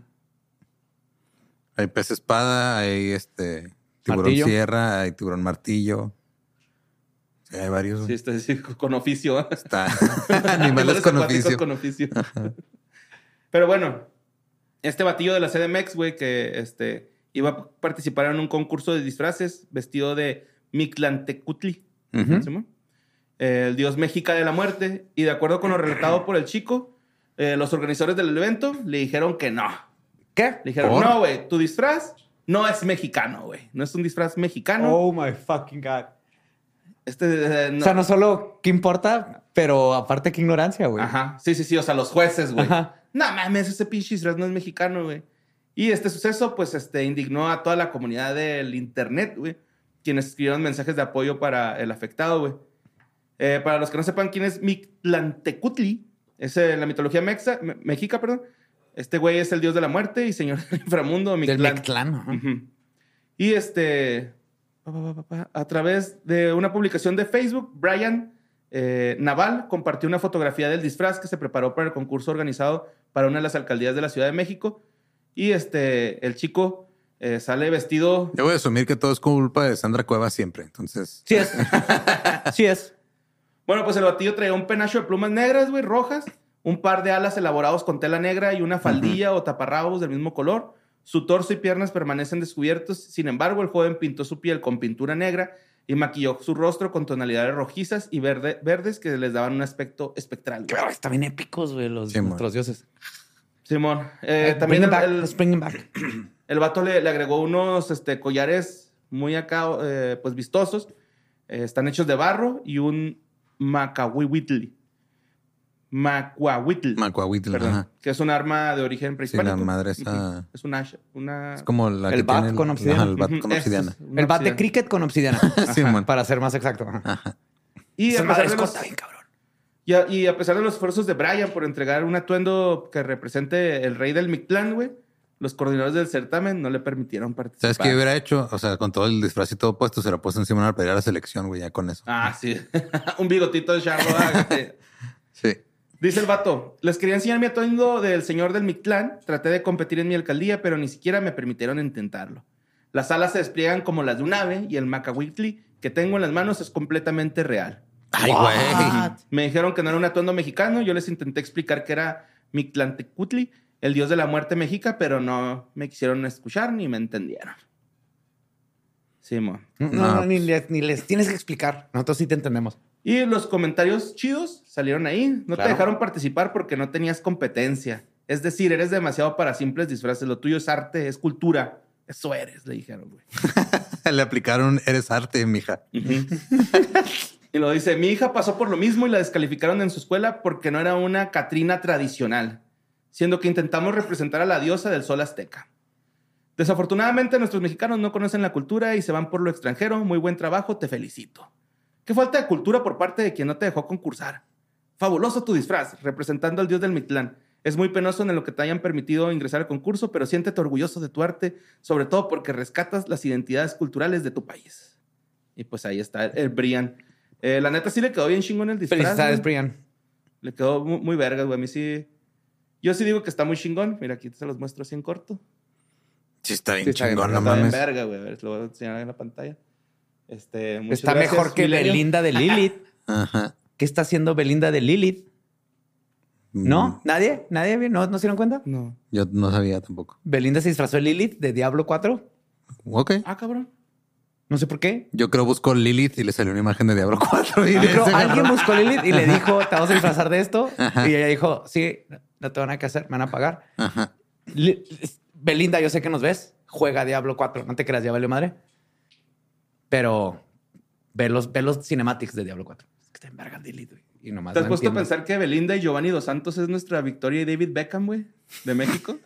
Hay pez espada, hay este tiburón Martillo. sierra, hay tiburón martillo. Sí, hay varios. Sí, güey. está así, con oficio. Está. Animales con acuáticos oficio. con oficio. Pero bueno, este batillo de la CDMX, güey, que este, iba a participar en un concurso de disfraces vestido de Mictlantecutli, Ujú. ¿sí, mo? el dios mexica de la muerte. Y de acuerdo con lo relatado por el chico, eh, los organizadores del evento le dijeron que no. ¿Qué? Le dijeron, ¿Por? no, güey, tu disfraz no es mexicano, güey. No es un disfraz mexicano. Oh my fucking God. Este, eh, no. O sea, no solo qué importa, pero aparte qué ignorancia, güey. Ajá. Sí, sí, sí. O sea, los jueces, güey. Ajá. No mames, ese pinche Israel no es mexicano, güey. Y este suceso, pues, este, indignó a toda la comunidad del internet, güey. Quienes escribieron mensajes de apoyo para el afectado, güey. Eh, para los que no sepan quién es Mictlantecutli, es eh, la mitología mexa, me- mexica, perdón. Este güey es el dios de la muerte y señor del inframundo, Del Mictlán. Mictlán. ajá. Ujú. Y este, pa, pa, pa, pa, pa, a través de una publicación de Facebook, Brian eh, Naval compartió una fotografía del disfraz que se preparó para el concurso organizado para una de las alcaldías de la Ciudad de México. Y este, el chico eh, sale vestido. Yo voy a asumir que todo es culpa de Sandra Cueva siempre. Entonces, Sí es. sí es. Bueno, pues el batillo traía un penacho de plumas negras, güey, rojas, un par de alas elaborados con tela negra y una faldilla o taparrabos del mismo color. Su torso y piernas permanecen descubiertos. Sin embargo, el joven pintó su piel con pintura negra y maquilló su rostro con tonalidades rojizas y verde, verdes que les daban un aspecto espectral. Claro, están bien épicos, güey, los Simón. nuestros dioses. Simón, eh, Eh, bring también it el, back, el- let's bring it back. el vato le, le agregó unos este, collares muy acá, eh, pues vistosos. Eh, están hechos de barro y un macahuihuitli. Macuahuitl. Macuahuitl, Perdón. ajá. Que es un arma de origen Sí, prehispánico. la madre esa. Es un ash- una... Es como la El que bat tiene con obsidiana. ajá, el bat con Ujú, ese es obsidiana. una El bat de obsidiana. cricket con obsidiana. Simón. Para ser más exacto. Ajá. Y Esa a, pesar madre de es los, eh. corta, bien cabrón. y, a, y a pesar de los esfuerzos de Brian por entregar un atuendo que represente el rey del Mictlán, güey, los coordinadores del certamen no le permitieron participar. ¿Sabes qué hubiera hecho? O sea, con todo el disfraz y todo puesto, se lo puesto encima una pelea a la selección, güey, ya con eso. Ah, sí. un bigotito de charro. ah, que- Sí. Dice el vato, les quería enseñar mi atuendo del señor del Mictlán. Traté de competir en mi alcaldía, pero ni siquiera me permitieron intentarlo. Las alas se despliegan como las de un ave y el macahuitli que tengo en las manos es completamente real. Ay, güey. Me dijeron que no era un atuendo mexicano. Yo les intenté explicar que era Mictlantecutli, el dios de la muerte mexica, pero no me quisieron escuchar ni me entendieron. Simón. No, No, no, ni, les, ni les tienes que explicar. Nosotros sí te entendemos. Y los comentarios chidos salieron ahí. No Claro. te dejaron participar porque no tenías competencia. Es decir, eres demasiado para simples disfraces. Lo tuyo es arte, es cultura. Eso eres, le dijeron, güey. Le aplicaron, eres arte, mija. y lo dice, mi hija pasó por lo mismo y la descalificaron en su escuela porque no era una Catrina tradicional, siendo que intentamos representar a la diosa del sol azteca. Desafortunadamente nuestros mexicanos no conocen la cultura y se van por lo extranjero. Muy buen trabajo, te felicito. Qué falta de cultura por parte de quien no te dejó concursar. Fabuloso tu disfraz, representando al dios del Mictlán. Es muy penoso en lo que te hayan permitido ingresar al concurso, pero siéntete orgulloso de tu arte, sobre todo porque rescatas las identidades culturales de tu país. Y pues ahí está el, el Brian. Eh, la neta sí le quedó bien chingón el disfraz. Felicidades, güey. Brian. Le quedó mu- muy, verga, güey. A mí sí. Yo sí digo que está muy chingón. Mira, aquí se los muestro así en corto. Sí, está bien Sí, está bien, chingón, Ah, no está bien mames. verga, güey. A ver, lo voy a enseñar en la pantalla. Este, muchas Está gracias, mejor que Milenio. Belinda de Lilith. Ajá. ¿Qué está haciendo Belinda de Lilith? ¿No? Mm, ¿Nadie? ¿Nadie? ¿No, ¿No se dieron cuenta? No. Yo no sabía tampoco. Belinda se disfrazó de Lilith de Diablo 4. Ok. Ah, cabrón. No sé por qué. Yo creo buscó Lilith y le salió una imagen de Diablo 4. Y Yo de Ah, creo ese alguien agarró. buscó a Lilith y le Ajá. dijo, te vas a disfrazar de esto. Ajá. Y ella dijo, sí, no te van a que hacer, me van a pagar. Ajá. Li- Belinda, yo sé que nos ves. Juega Diablo 4. No te creas, ya vale madre. Pero ve los, ve los cinematics de Diablo 4. Es que te envergan Lilith, güey. Y nomás ¿Te has Ah, no puesto a entiendo. pensar que Belinda y Giovanni Dos Santos es nuestra Victoria y David Beckham, güey? De México.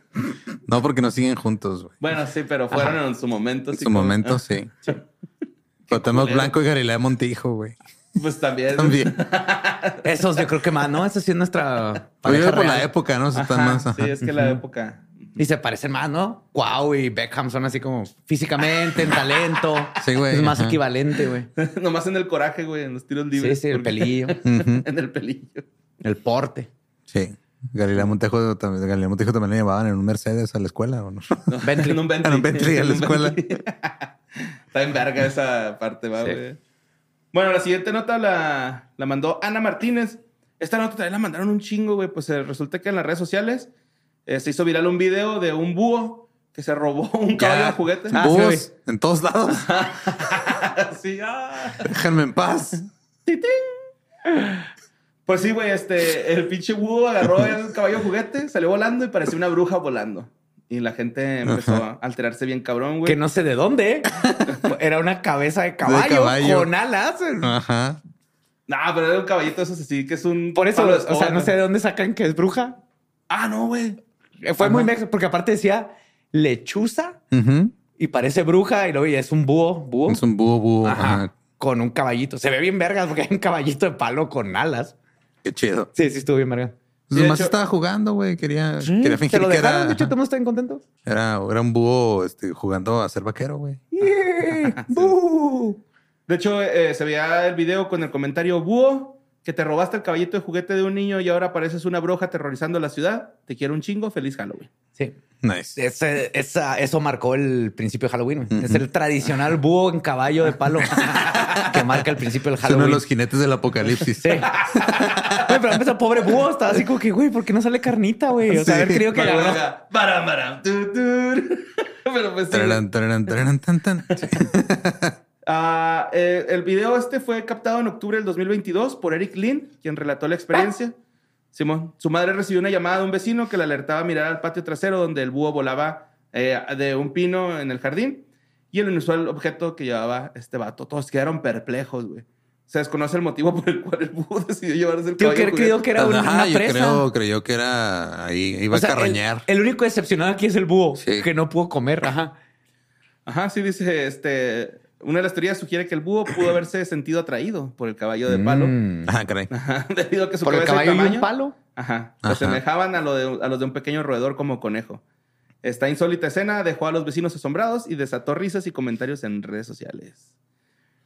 No, porque no siguen juntos, güey. bueno, sí, pero fueron en su momento. En así su como- momento, Ah, sí. Pero tenemos culero. Blanco y Galilea Montijo, güey. Pues también. También. Esos yo creo que más, ¿no? Eso sí es nuestra Oye, pareja por la real. época, ¿no? Se Ajá, están más. sí, ajá. es que la época. Y se parecen más, ¿no? Wow y Beckham son así como físicamente, en talento. Sí, güey, Es más ajá. equivalente, güey. Nomás en el coraje, güey, en los tiros Sí, libres. sí, el porque- pelillo, Ujú. en el pelillo. el porte. Sí. Galilea Montijo, también, Galilea Montijo también le llevaban en un Mercedes a la escuela, ¿o no? Bentley. En un Bentley. En un Bentley, en la un escuela. Bentley. Está en verga esa parte, va, Sí. güey. Bueno, la siguiente nota la, la mandó Ana Martínez. Esta nota también la mandaron un chingo, güey. Pues eh, resulta que en las redes sociales eh, se hizo viral un video de un búho que se robó un caballo de juguete. Ah, sí, Búhos güey. en todos lados. sí, ah. Déjenme en paz. Titín. Pues sí, güey, este, el pinche búho agarró el caballo juguete, salió volando y parecía una bruja volando. Y la gente empezó a alterarse bien cabrón, güey. Que no sé de dónde. Era una cabeza de caballo, caballo. con alas. Ajá. Nah, pero era un caballito, eso sí, que es un. Por eso, palo de o sea, escoba, no sé de dónde sacan que es bruja. Ah, no, güey. Eh, Fue muy mex, porque aparte decía lechuza Ujú. y parece bruja y luego y es un búho, búho Es un búho, búho. Ajá, Ajá. con un caballito. Se ve bien vergas porque hay un caballito de palo con alas. Qué chido. Sí, sí, estuvo bien verga. Pues de nomás hecho- estaba jugando, güey. Quería, Se quería fingir lo que dejaron, era, de hecho, todos están contentos. era, era un búho este, jugando a ser vaquero, güey. Yeah, bú. De hecho, eh, se veía el video con el comentario: Búho, que te robaste el caballito de juguete de un niño y ahora pareces una bruja aterrorizando la ciudad. Te quiero un chingo, feliz Halloween. Sí. Nice. Ese- esa- eso marcó el principio de Halloween. güey. Ujú. Es el tradicional búho en caballo de palo que marca el principio del Es uno Halloween. de los jinetes del apocalipsis. Sí. Güey, pero empezó pobre búho. Estaba así como que, güey, ¿por qué no sale carnita, güey? O sea, Sí. haber querido que Para, agarró- para, para, para, tu, tu. Pero pues sí. Tararán, tararán, tararán, tan, tan. Sí. Ah, eh, el video este fue captado en octubre del 2022 por Eric Lynn, quien relató la experiencia. Simón, su madre recibió una llamada de un vecino que le alertaba a mirar al patio trasero donde el búho volaba eh, de un pino en el jardín y el inusual objeto que llevaba este vato. Todos quedaron perplejos, güey. Se desconoce el motivo por el cual el búho decidió llevarse el Tío, caballo cre- creyó cubierto. que era una, Ajá, una yo presa. creo, creyó que era ahí, iba O sea, a el- carroñar. El, único excepcional aquí es el búho, Sí. que no pudo comer. Ajá. Ajá, sí dice, este, una de las teorías sugiere que el búho pudo haberse sentido atraído por el caballo de palo, Mm. Ajá, caray. Ajá, debido a que su Por el cabeza y caballo y un tamaño- palo. Ajá. Se Ajá. asemejaban a, lo de- a los de un pequeño roedor como conejo. Esta insólita escena dejó a los vecinos asombrados y desató risas y comentarios en redes sociales.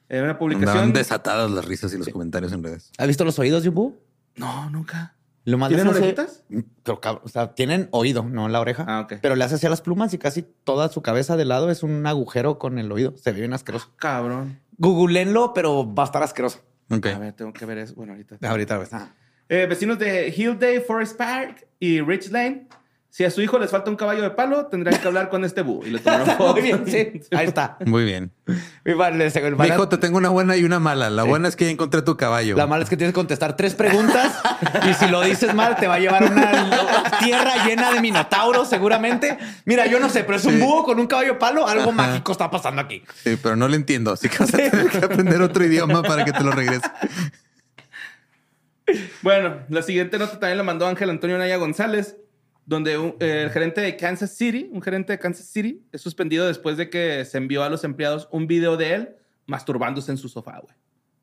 En una publicación. Andaban desatadas las risas y los comentarios en redes. ¿Has visto los oídos de un búho? No, nunca. Lo más ¿Tienen lejano se- orejitas? Pero, cabrón, o sea, tienen oído, no la oreja. Ah, ok. Pero le hace hacia las plumas y casi toda su cabeza de lado es un agujero con el oído. Se ve bien asqueroso. Cabrón. Googleenlo, pero va a estar asqueroso. Ok. A ver, tengo que ver eso. Bueno, ahorita. Ahorita ves. Ah. Eh, vecinos de Hilldale, Forest Park y Rich Lane. Si a su hijo les falta un caballo de palo, tendrán que hablar con este búho. Y le tomaron foto. Muy bien, sí. Ahí está. Muy bien. Y va- le- se- van a- Dijo, te tengo una buena y una mala. La buena es que ya encontré tu caballo. La mala es que tienes que contestar tres preguntas y si lo dices mal te va a llevar a una tierra llena de minotauros seguramente. Mira, yo no sé, pero es un Sí. búho con un caballo de palo. Algo mágico está pasando aquí. Sí, pero no lo entiendo. Así que vas a tener que aprender otro idioma para que te lo regrese. Bueno, la siguiente nota también la mandó Ángel Antonio Naya González, donde un- eh, el gerente de Kansas City, un gerente de Kansas City, es suspendido después de que se envió a los empleados un video de él masturbándose en su sofá, güey.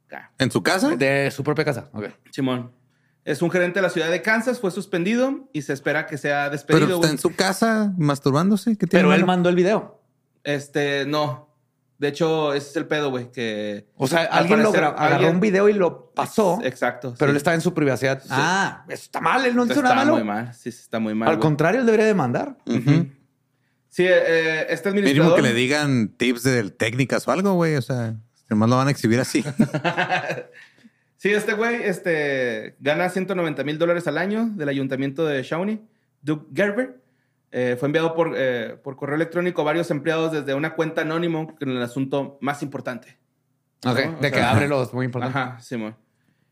Acá. ¿En su casa? De su propia casa. Ok. Simón. Es un gerente de la ciudad de Kansas, fue suspendido y se espera que sea Pero despedido. está güey. en su casa masturbándose. ¿Qué tiene Pero él malo? mandó el video. Este, no. De hecho, ese es el pedo, güey, que... O sea, Al alguien lo parecer, gra- agarró alguien- un video y lo pasó, Exacto. pero sí. él estaba en su privacidad. Ah, eso está mal, él no hizo Está nada malo. muy mal, sí, sí, está muy mal. Al güey. contrario, él debería demandar. Ujú. Sí, eh, eh, este administrador... Mínimo que le digan tips de técnicas o algo, güey. O sea, nomás lo van a exhibir así. Sí, este güey este, gana 190 mil dólares al año del ayuntamiento de Shawnee. Doug Gerber eh, fue enviado por, eh, por correo electrónico a varios empleados desde una cuenta anónimo con el asunto más importante. Ok, No, o de que sea- abre los muy importante. Ajá, Simón.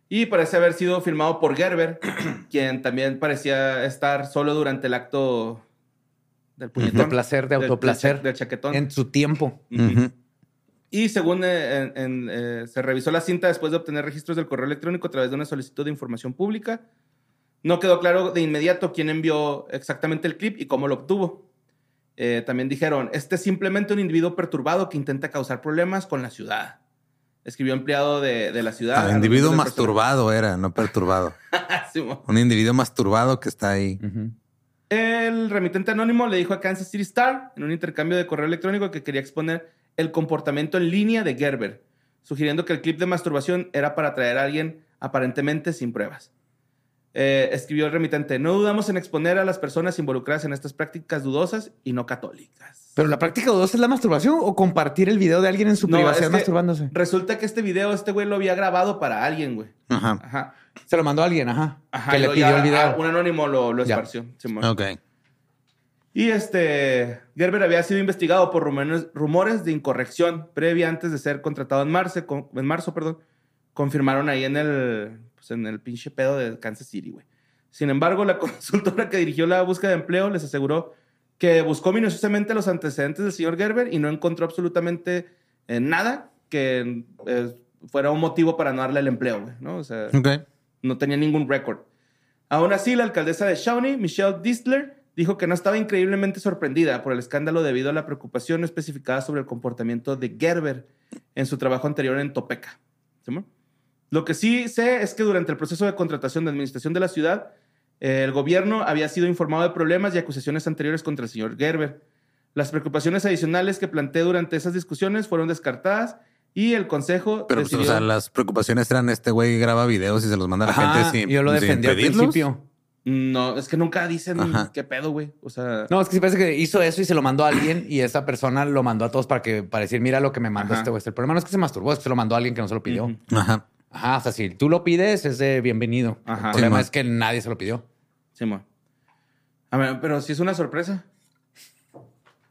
Y parece haber sido filmado por Gerber, quien también parecía estar solo durante el acto del De puñetón. placer, de Del- del autoplacer. cha- Del chaquetón. en su tiempo. Ujú. Ujú. Y según eh, en- en, eh, se revisó la cinta después de obtener registros del correo electrónico a través de una solicitud de información pública, no quedó claro de inmediato quién envió exactamente el clip y cómo lo obtuvo. Eh, también dijeron, este es simplemente un individuo perturbado que intenta causar problemas con la ciudad. Escribió empleado de, de la ciudad. Al Ah, individuo Del masturbado era, no perturbado. personal. Sí, mo. Un individuo masturbado que está ahí. El remitente anónimo le dijo a Kansas City Star en un intercambio de correo electrónico que quería exponer el comportamiento en línea de Gerber, sugiriendo que el clip de masturbación era para atraer a alguien aparentemente sin pruebas. Eh, escribió el remitente, no dudamos en exponer a las personas involucradas en estas prácticas dudosas y no católicas. Pero la práctica 2 es la masturbación o compartir el video de alguien en su No, privacidad es que masturbándose. Resulta que este video, este güey lo había grabado para alguien, güey. Ajá. Ajá. Se lo mandó a alguien, ajá. Ajá, que y le luego pidió ya, el ah, video. Un anónimo lo, lo Ya. esparció. Simón. Ok. Y este, Gerber había sido investigado por rumores, rumores de incorrección previa antes de ser contratado en marzo, con- en marzo, perdón. Confirmaron ahí en el, pues, en el pinche pedo de Kansas City, güey. Sin embargo, la consultora que dirigió la búsqueda de empleo les aseguró que buscó minuciosamente los antecedentes del señor Gerber y no encontró absolutamente eh, nada que eh, fuera un motivo para no darle el empleo, güey, ¿no? O sea, Ok. no tenía ningún récord. Aún así, la alcaldesa de Shawnee, Michelle Distler, dijo que no estaba increíblemente sorprendida por el escándalo debido a la preocupación especificada sobre el comportamiento de Gerber en su trabajo anterior en Topeka. ¿Simón? Lo que sí sé es que durante el proceso de contratación de administración de la ciudad, eh, el gobierno había sido informado de problemas y acusaciones anteriores contra el señor Gerber. Las preocupaciones adicionales que planteé durante esas discusiones fueron descartadas y el consejo Pero, pues, o decidió- sea, las preocupaciones eran este güey graba videos y se los manda a la Ajá, gente sin yo lo sin defendí al pedirlos. principio. No, es que nunca dicen Ajá. qué pedo, güey. O sea, No, es que sí parece que hizo eso y se lo mandó a alguien y esa persona lo mandó a todos para que para decir, mira lo que me mandó Ajá. este güey. El problema no es que se masturbó, es que se lo mandó a alguien que no se lo pidió. Ujú. Ajá. Ajá, o sea, si tú lo pides es de bienvenido. Ajá. El problema Sí, es que nadie se lo pidió. Simón. A ver, pero si es una sorpresa.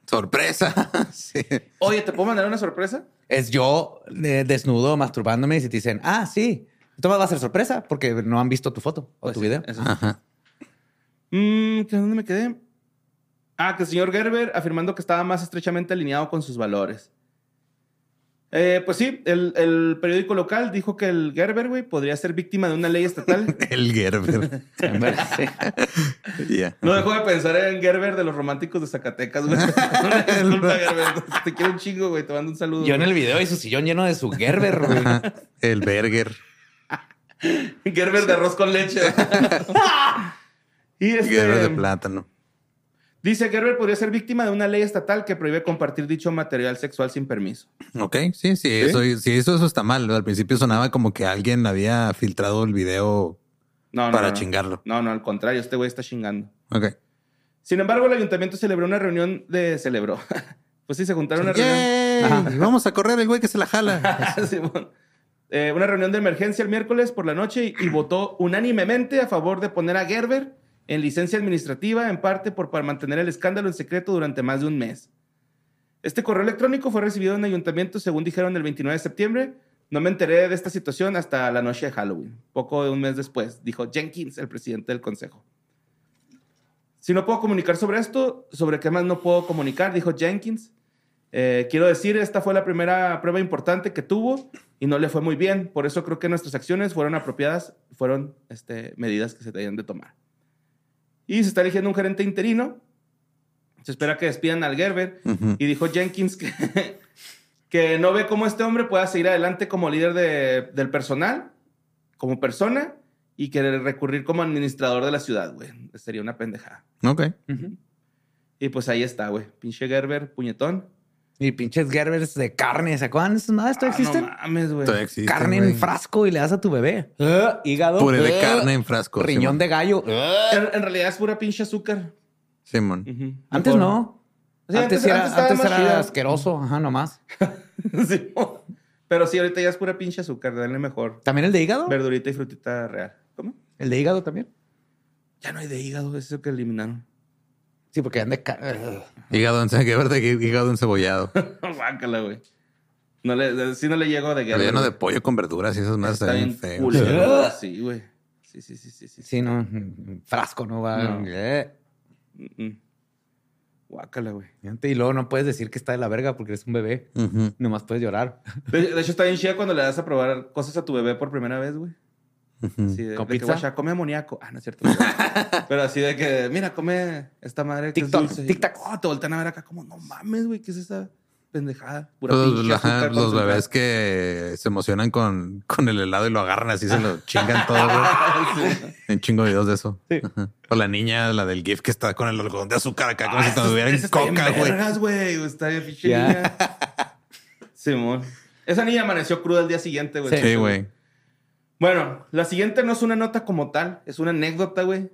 Sorpresa. Sí. Oye, ¿te puedo mandar una sorpresa? Es yo eh, desnudo, masturbándome y si te dicen, ah, sí, toma, va a ser sorpresa porque no han visto tu foto Pues o tu video. Ajá. Mm, ¿que ¿Dónde me quedé? Ah, que el señor Gerber afirmando que estaba más estrechamente alineado con sus valores. Eh, pues sí, el, el periódico local dijo que el Gerber, güey, podría ser víctima de una ley estatal. El Gerber. Ya. No dejo de pensar en Gerber de los románticos de Zacatecas, güey. Una disculpa, Gerber. Te quiero un chingo, güey. Te mando un saludo. Yo en el güey. video y su sillón lleno de su Gerber. güey. Ajá. El Berger. Gerber de arroz con leche. y este, Gerber de plátano. dice Gerber podría ser víctima de una ley estatal que prohíbe compartir dicho material sexual sin permiso. Ok, sí, sí, Eso, sí, eso, eso está mal. Al principio sonaba como que alguien había filtrado el video No, no, para no. chingarlo. No, no, al contrario, este güey está chingando. Ok. Sin embargo, el ayuntamiento celebró una reunión de... Celebró. pues sí, se juntaron una reunión... Yay. Ajá. Vamos a correr el güey que se la jala. Simón. Eh, una reunión de emergencia el miércoles por la noche y, y votó unánimemente a favor de poner a Gerber en licencia administrativa, en parte por para mantener el escándalo en secreto durante más de un mes. Este correo electrónico fue recibido en el ayuntamiento, según dijeron, el 29 de septiembre. No me enteré de esta situación hasta la noche de Halloween, poco de un mes después, dijo Jenkins, el presidente del consejo. Si no puedo comunicar sobre esto, ¿sobre qué más no puedo comunicar? Dijo Jenkins. Eh, quiero decir, esta fue la primera prueba importante que tuvo y no le fue muy bien. Por eso creo que nuestras acciones fueron apropiadas, fueron este, medidas que se tenían de tomar. Y se está eligiendo un gerente interino. Se espera que despidan al Gerber. Ujú. Y dijo Jenkins que, que no ve cómo este hombre pueda seguir adelante como líder de- del personal, como persona, y querer recurrir como administrador de la ciudad, güey. Sería una pendejada. Ok. Y pues ahí está, güey. Pinche Gerber, puñetón. Y pinches Gerbers de carne. ¿Se acuerdan de esas madres? ¿Todavía existen? Ah, no mames, güey. Todavía existe, carne güey. en frasco y le das a tu bebé. Ah, hígado. Puré de Ah, carne en frasco. Riñón Simón. de gallo. Ah. En, en realidad es pura pinche azúcar. Simón. Ujú. Antes no. Sí, antes, era, estaba antes más era chida. asqueroso. Ajá, nomás. Sí, mo. Pero sí, ahorita ya es pura pinche azúcar. Dale mejor ¿También el de hígado? verdurita y frutita real. ¿Cómo? ¿El de hígado también? Ya no hay de hígado, es eso que eliminaron. Sí, porque eran de carne. Hígado, en, Gerber de hígado encebollado. Guácala, güey. No le, si no le llego de guerra. Relleno de güey. pollo con verduras y esas más Está bien feo. culero, Sí, güey. Sí, sí, sí, sí, sí. Sí, no. mm, Frasco no va. No. Eh. Mm, mm. Guácala, güey. Y luego no puedes decir que está de la verga porque eres un bebé. Ujú. Nomás puedes llorar. De, de hecho, está bien chida cuando le das a probar cosas a tu bebé por primera vez, güey. Ujú. Sí, de, ¿Con de que, pizza? guacha, come amoníaco. Ah, no es cierto. Pero así de que, mira, come esta madre que Tic-tac, es dulce. tic-tac. Oh, te voltean a ver acá como, no mames, güey, ¿qué es esa pendejada? Pura Los, pinche ajá, azúcar los concentrada. bebés que se emocionan con, con el helado y lo agarran así, se lo chingan todo. güey. Hay Un chingo de videos de eso. Ajá. O la niña, la del GIF que está con el algodón de azúcar acá, como Ah, si esos- tuvieran ese está bien coca, güey. vergas, güey. Está bien pinche Ya. niña. Simón. Esa niña amaneció cruda el día siguiente, güey. Sí, güey. Bueno, la siguiente no es una nota como tal, es una anécdota, güey.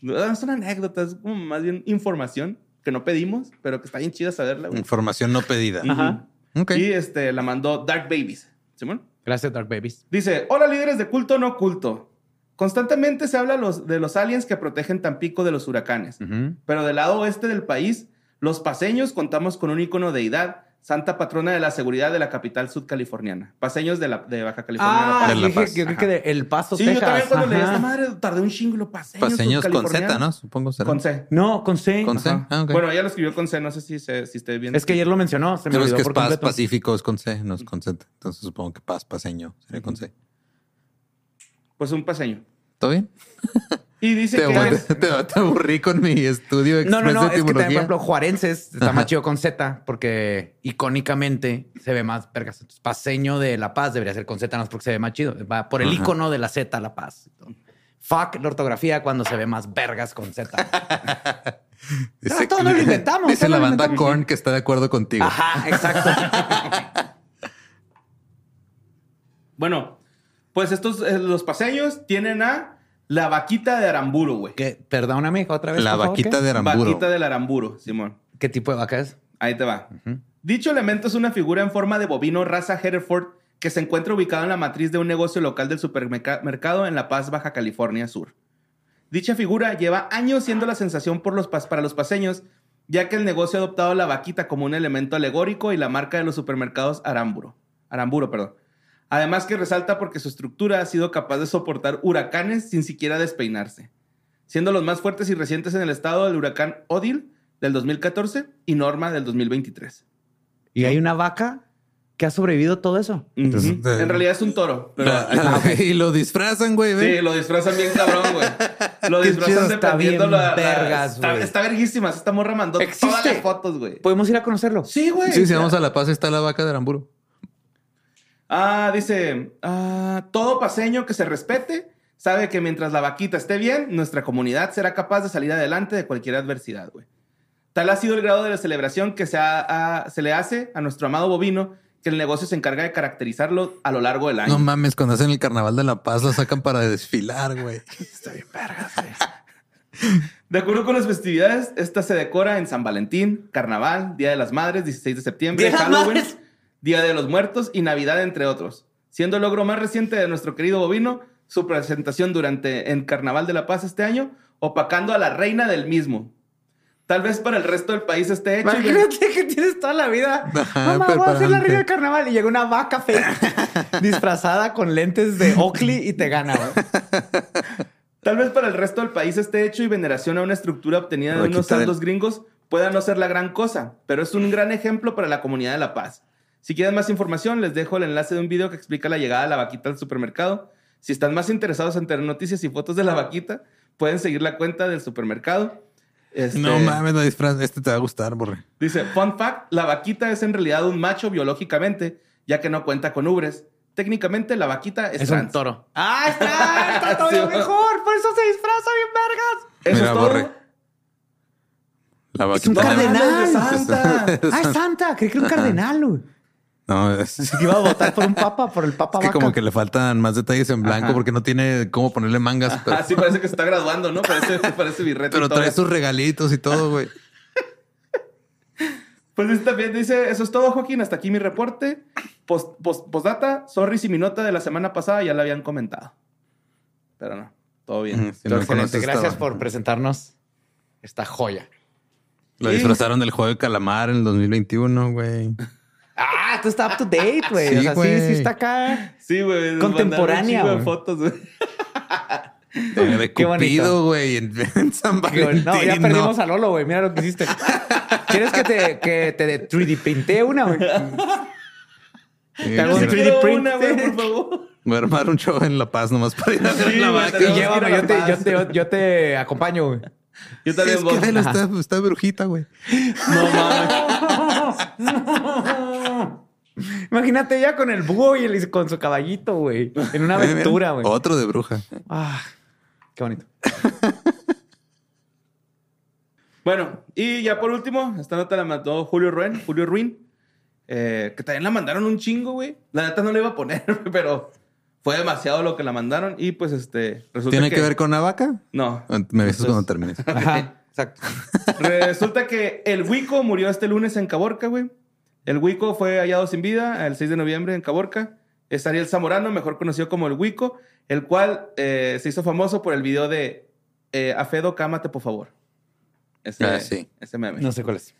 No es una anécdota, es como más bien información que no pedimos, pero que está bien chida saberla, güey. Información no pedida. Ajá. Ok. Y este, la mandó Dark Babies. ¿Simón? Gracias, Dark Babies. Dice, hola líderes de culto no culto. Constantemente se habla los- de los aliens que protegen Tampico de los huracanes, Ujú. pero del lado oeste del país, los paseños contamos con un ícono deidad, santa patrona de la seguridad de la capital sudcaliforniana. Paseños de, la, de Baja California. La Ah, Paz. De La dije Paz. que- que de El Paso, sí, yo Texas. también cuando leí Ajá. esta madre tardé un chingo. Paseños, Paseños con Z, ¿no? sudcalifornianos. Supongo será. Con C. No, con C. Con C. Ajá. Ah, ok. Bueno, ella lo escribió con C, no sé si, se, si esté bien. Es que ayer lo mencionó, se me Pero es olvidó que es por paz completo. pacífico, es con C, no es con Z. Entonces supongo que paz paseño sería con C. Pues un paseño. ¿Todo bien? Y dice Te, que... abu- es- te, te aburrí con mi estudio No, no, express no, de es que también, por etimología. ejemplo, Juarenses está más chido con Z porque icónicamente se ve más vergas. Entonces, Paseño de La Paz debería ser con Z, no es porque se ve más chido. Va por el Ajá. icono de la Z, La Paz. Fuck la ortografía cuando se ve más vergas con Z. Dice- "Ah, todo nos lo inventamos, Dice todo la nos lo banda inventamos. Korn que está de acuerdo contigo. Ajá, exacto. Bueno, pues estos, eh, los paseños tienen a la vaquita de Aramburo, güey. que, perdóname otra vez. La por favor, vaquita ¿qué? de Aramburo. Vaquita del Aramburo, Simón. ¿Qué tipo de vaca es? Ahí te va. Dicho elemento es una figura en forma de bovino raza Hereford que se encuentra ubicado en la matriz de un negocio local del supermercado en La Paz, Baja California Sur. Dicha figura lleva años siendo la sensación por los pas- para los paseños ya que el negocio ha adoptado la vaquita como un elemento alegórico y la marca de los supermercados Aramburo. Aramburo, perdón. Además que resalta porque su estructura ha sido capaz de soportar huracanes sin siquiera despeinarse, siendo los más fuertes y recientes en el estado el huracán Odil del 2014 y Norma del 2023. Y hay una vaca que ha sobrevivido todo eso. Entonces, eh, En realidad es un toro, pero y lo disfrazan, güey. ve. Sí, lo disfrazan bien cabrón, güey. Lo Qué disfrazan chido, está dependiendo bien la, la- vergas, está, güey. está verguísima, esta morra mandó todas las fotos, güey. ¿Podemos ir a conocerlo? Sí, güey. Sí, si vamos a La Paz está la vaca de Aramburo. Ah, dice, ah, todo paseño que se respete sabe que mientras la vaquita esté bien, nuestra comunidad será capaz de salir adelante de cualquier adversidad, güey. Tal ha sido el grado de la celebración que se, ha- ha- se le hace a nuestro amado bovino, que el negocio se encarga de caracterizarlo a lo largo del año. No mames, cuando hacen el carnaval de La Paz la sacan para desfilar, güey. De acuerdo con las festividades, esta se decora en San Valentín, Carnaval, Día de las Madres, 16 de septiembre, ¡Día de las Halloween, Madres! Día de los Muertos y Navidad, entre otros. Siendo el logro más reciente de nuestro querido bovino, su presentación durante en Carnaval de la Paz este año, opacando a la reina del mismo. Tal vez para el resto del país esté hecho. y- Imagínate que tienes toda la vida. Ajá, Mamá, voy a hacer la preparante. reina del carnaval. Y llega una vaca fake disfrazada con lentes de Oakley y te gana, güey. Tal vez para el resto del país este hecho y veneración a una estructura obtenida de Voy a unos quitar el- santos gringos pueda no ser la gran cosa, pero es un gran ejemplo para la comunidad de La Paz. Si quieren más información, les dejo el enlace de un video que explica la llegada de la vaquita al supermercado. Si están más interesados en tener noticias y fotos de la vaquita, pueden seguir la cuenta del supermercado. Este, No mames, la disfraz. Este te va a gustar, borre. Dice, fun fact, la vaquita es en realidad un macho biológicamente, ya que no cuenta con ubres. Técnicamente, la vaquita es, Es un trans. toro. ¡Ah, está! Está todavía Sí, güey. mejor. Por eso se disfraza bien, vergas. Eso Mira, es todo. borre. La vaca. un cardenal. Este Santa. ¡Ah, es santa! Creí que era un cardenal, güey. No, es, Así que iba a votar por un papa, por el papa es que vaca. como que le faltan más detalles en blanco Ajá. porque no tiene cómo ponerle mangas. pero- Ah, sí, parece que se está graduando, ¿no? Parece, parece birrete. y Pero todo. trae sus regalitos y todo, güey. Pues dice también dice, eso es todo, Joaquín. Hasta aquí mi reporte. Post, post- postdata, sorry si mi nota de la semana pasada ya la habían comentado. Pero no, todo bien. Si no Excelente. conoces, Gracias estaba- por presentarnos esta joya. Lo Sí. disfrazaron del juego de calamar en el 2021, güey. Ah, esto está up to date, güey. Sí, o sea, güey. sí, sí está acá. Sí, güey. nos Contemporánea, mandaron un güey. chingo de fotos, güey. Eh, De, de Qué bonito. Cupido, güey, en, en San Valentín. No, ya no. perdimos a Lolo, güey. Mira lo que hiciste. ¿Quieres que te, que te 3D pintee una, güey? Sí, Te hago un quiero- 3D Quiero print. una, güey, por favor. Voy a armar un show en La Paz nomás para ir a ver Sí, la güey, vaca. tenemos Y llévame, que ir a yo te, La yo, Paz. te, yo te acompaño, güey. Yo también es voy. que velo, está, está brujita, güey. No mames. Imagínate ella con el búho y el- con su caballito, güey. En una Mira, mira, aventura, güey. Otro de bruja. Ah, qué bonito. Bueno, y ya por último, esta nota la mandó Julio Ruin, Julio Ruin, eh, que también la mandaron un chingo, güey. La neta no la iba a poner, pero fue demasiado lo que la mandaron y pues este resulta ¿Tiene que ver con la vaca? no. Me avisas Entonces- cuando termines. Ajá, exacto. Resulta que el Wico murió este lunes en Caborca, güey. El Wico fue hallado sin vida el 6 de noviembre en Caborca. Es Ariel Zamorano, mejor conocido como el Wico, el cual eh, se hizo famoso por el video de eh, Afedo, cámate, por favor. Ese, Ah, sí. ese meme. No sé cuál es.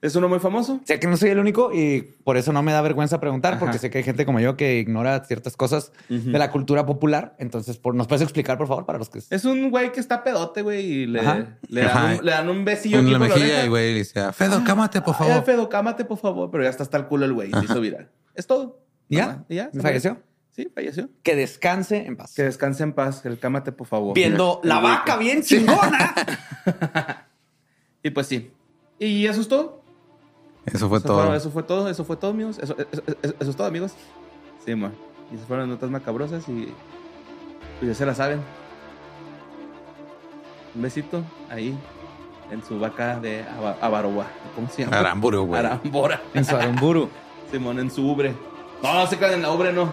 Es uno muy famoso. Sé que no soy el único y por eso no me da vergüenza preguntar, porque Ajá. sé que hay gente como yo que ignora ciertas cosas de la cultura popular. Entonces, por, ¿nos puedes explicar, por favor, para los que... Es un güey que está pedote, güey, y le, Ajá. le dan, Ajá. un, le dan un besillo En aquí la por Ah, la mejilla oreja. y güey le dice, "Ah, Fedo, cámate, por Ay, favor. Alfredo, cámate, por favor. Pero ya está hasta el culo el güey. Se hizo viral. Es todo. ¿Ya? Nada, ¿Ya? ¿Me ¿Falleció? Sí, falleció. Que descanse en paz. Que descanse en paz. El cámate, por favor. Viendo la El güey vaca que- bien chingona. Y pues sí. Y eso es todo. Eso fue eso, Fue, todo. eso fue todo. Eso fue todo, amigos. Eso, eso- eso- eso es todo, amigos. Sí, man. Y esas fueron las notas macabrosas y... Pues ya se la saben. Un besito ahí en su vaca de Ava- Avaroa. ¿Cómo se llama? Aramburo, güey. Arambora. En su Aramburu. Simón en su ubre. No, no se caen en la ubre, no.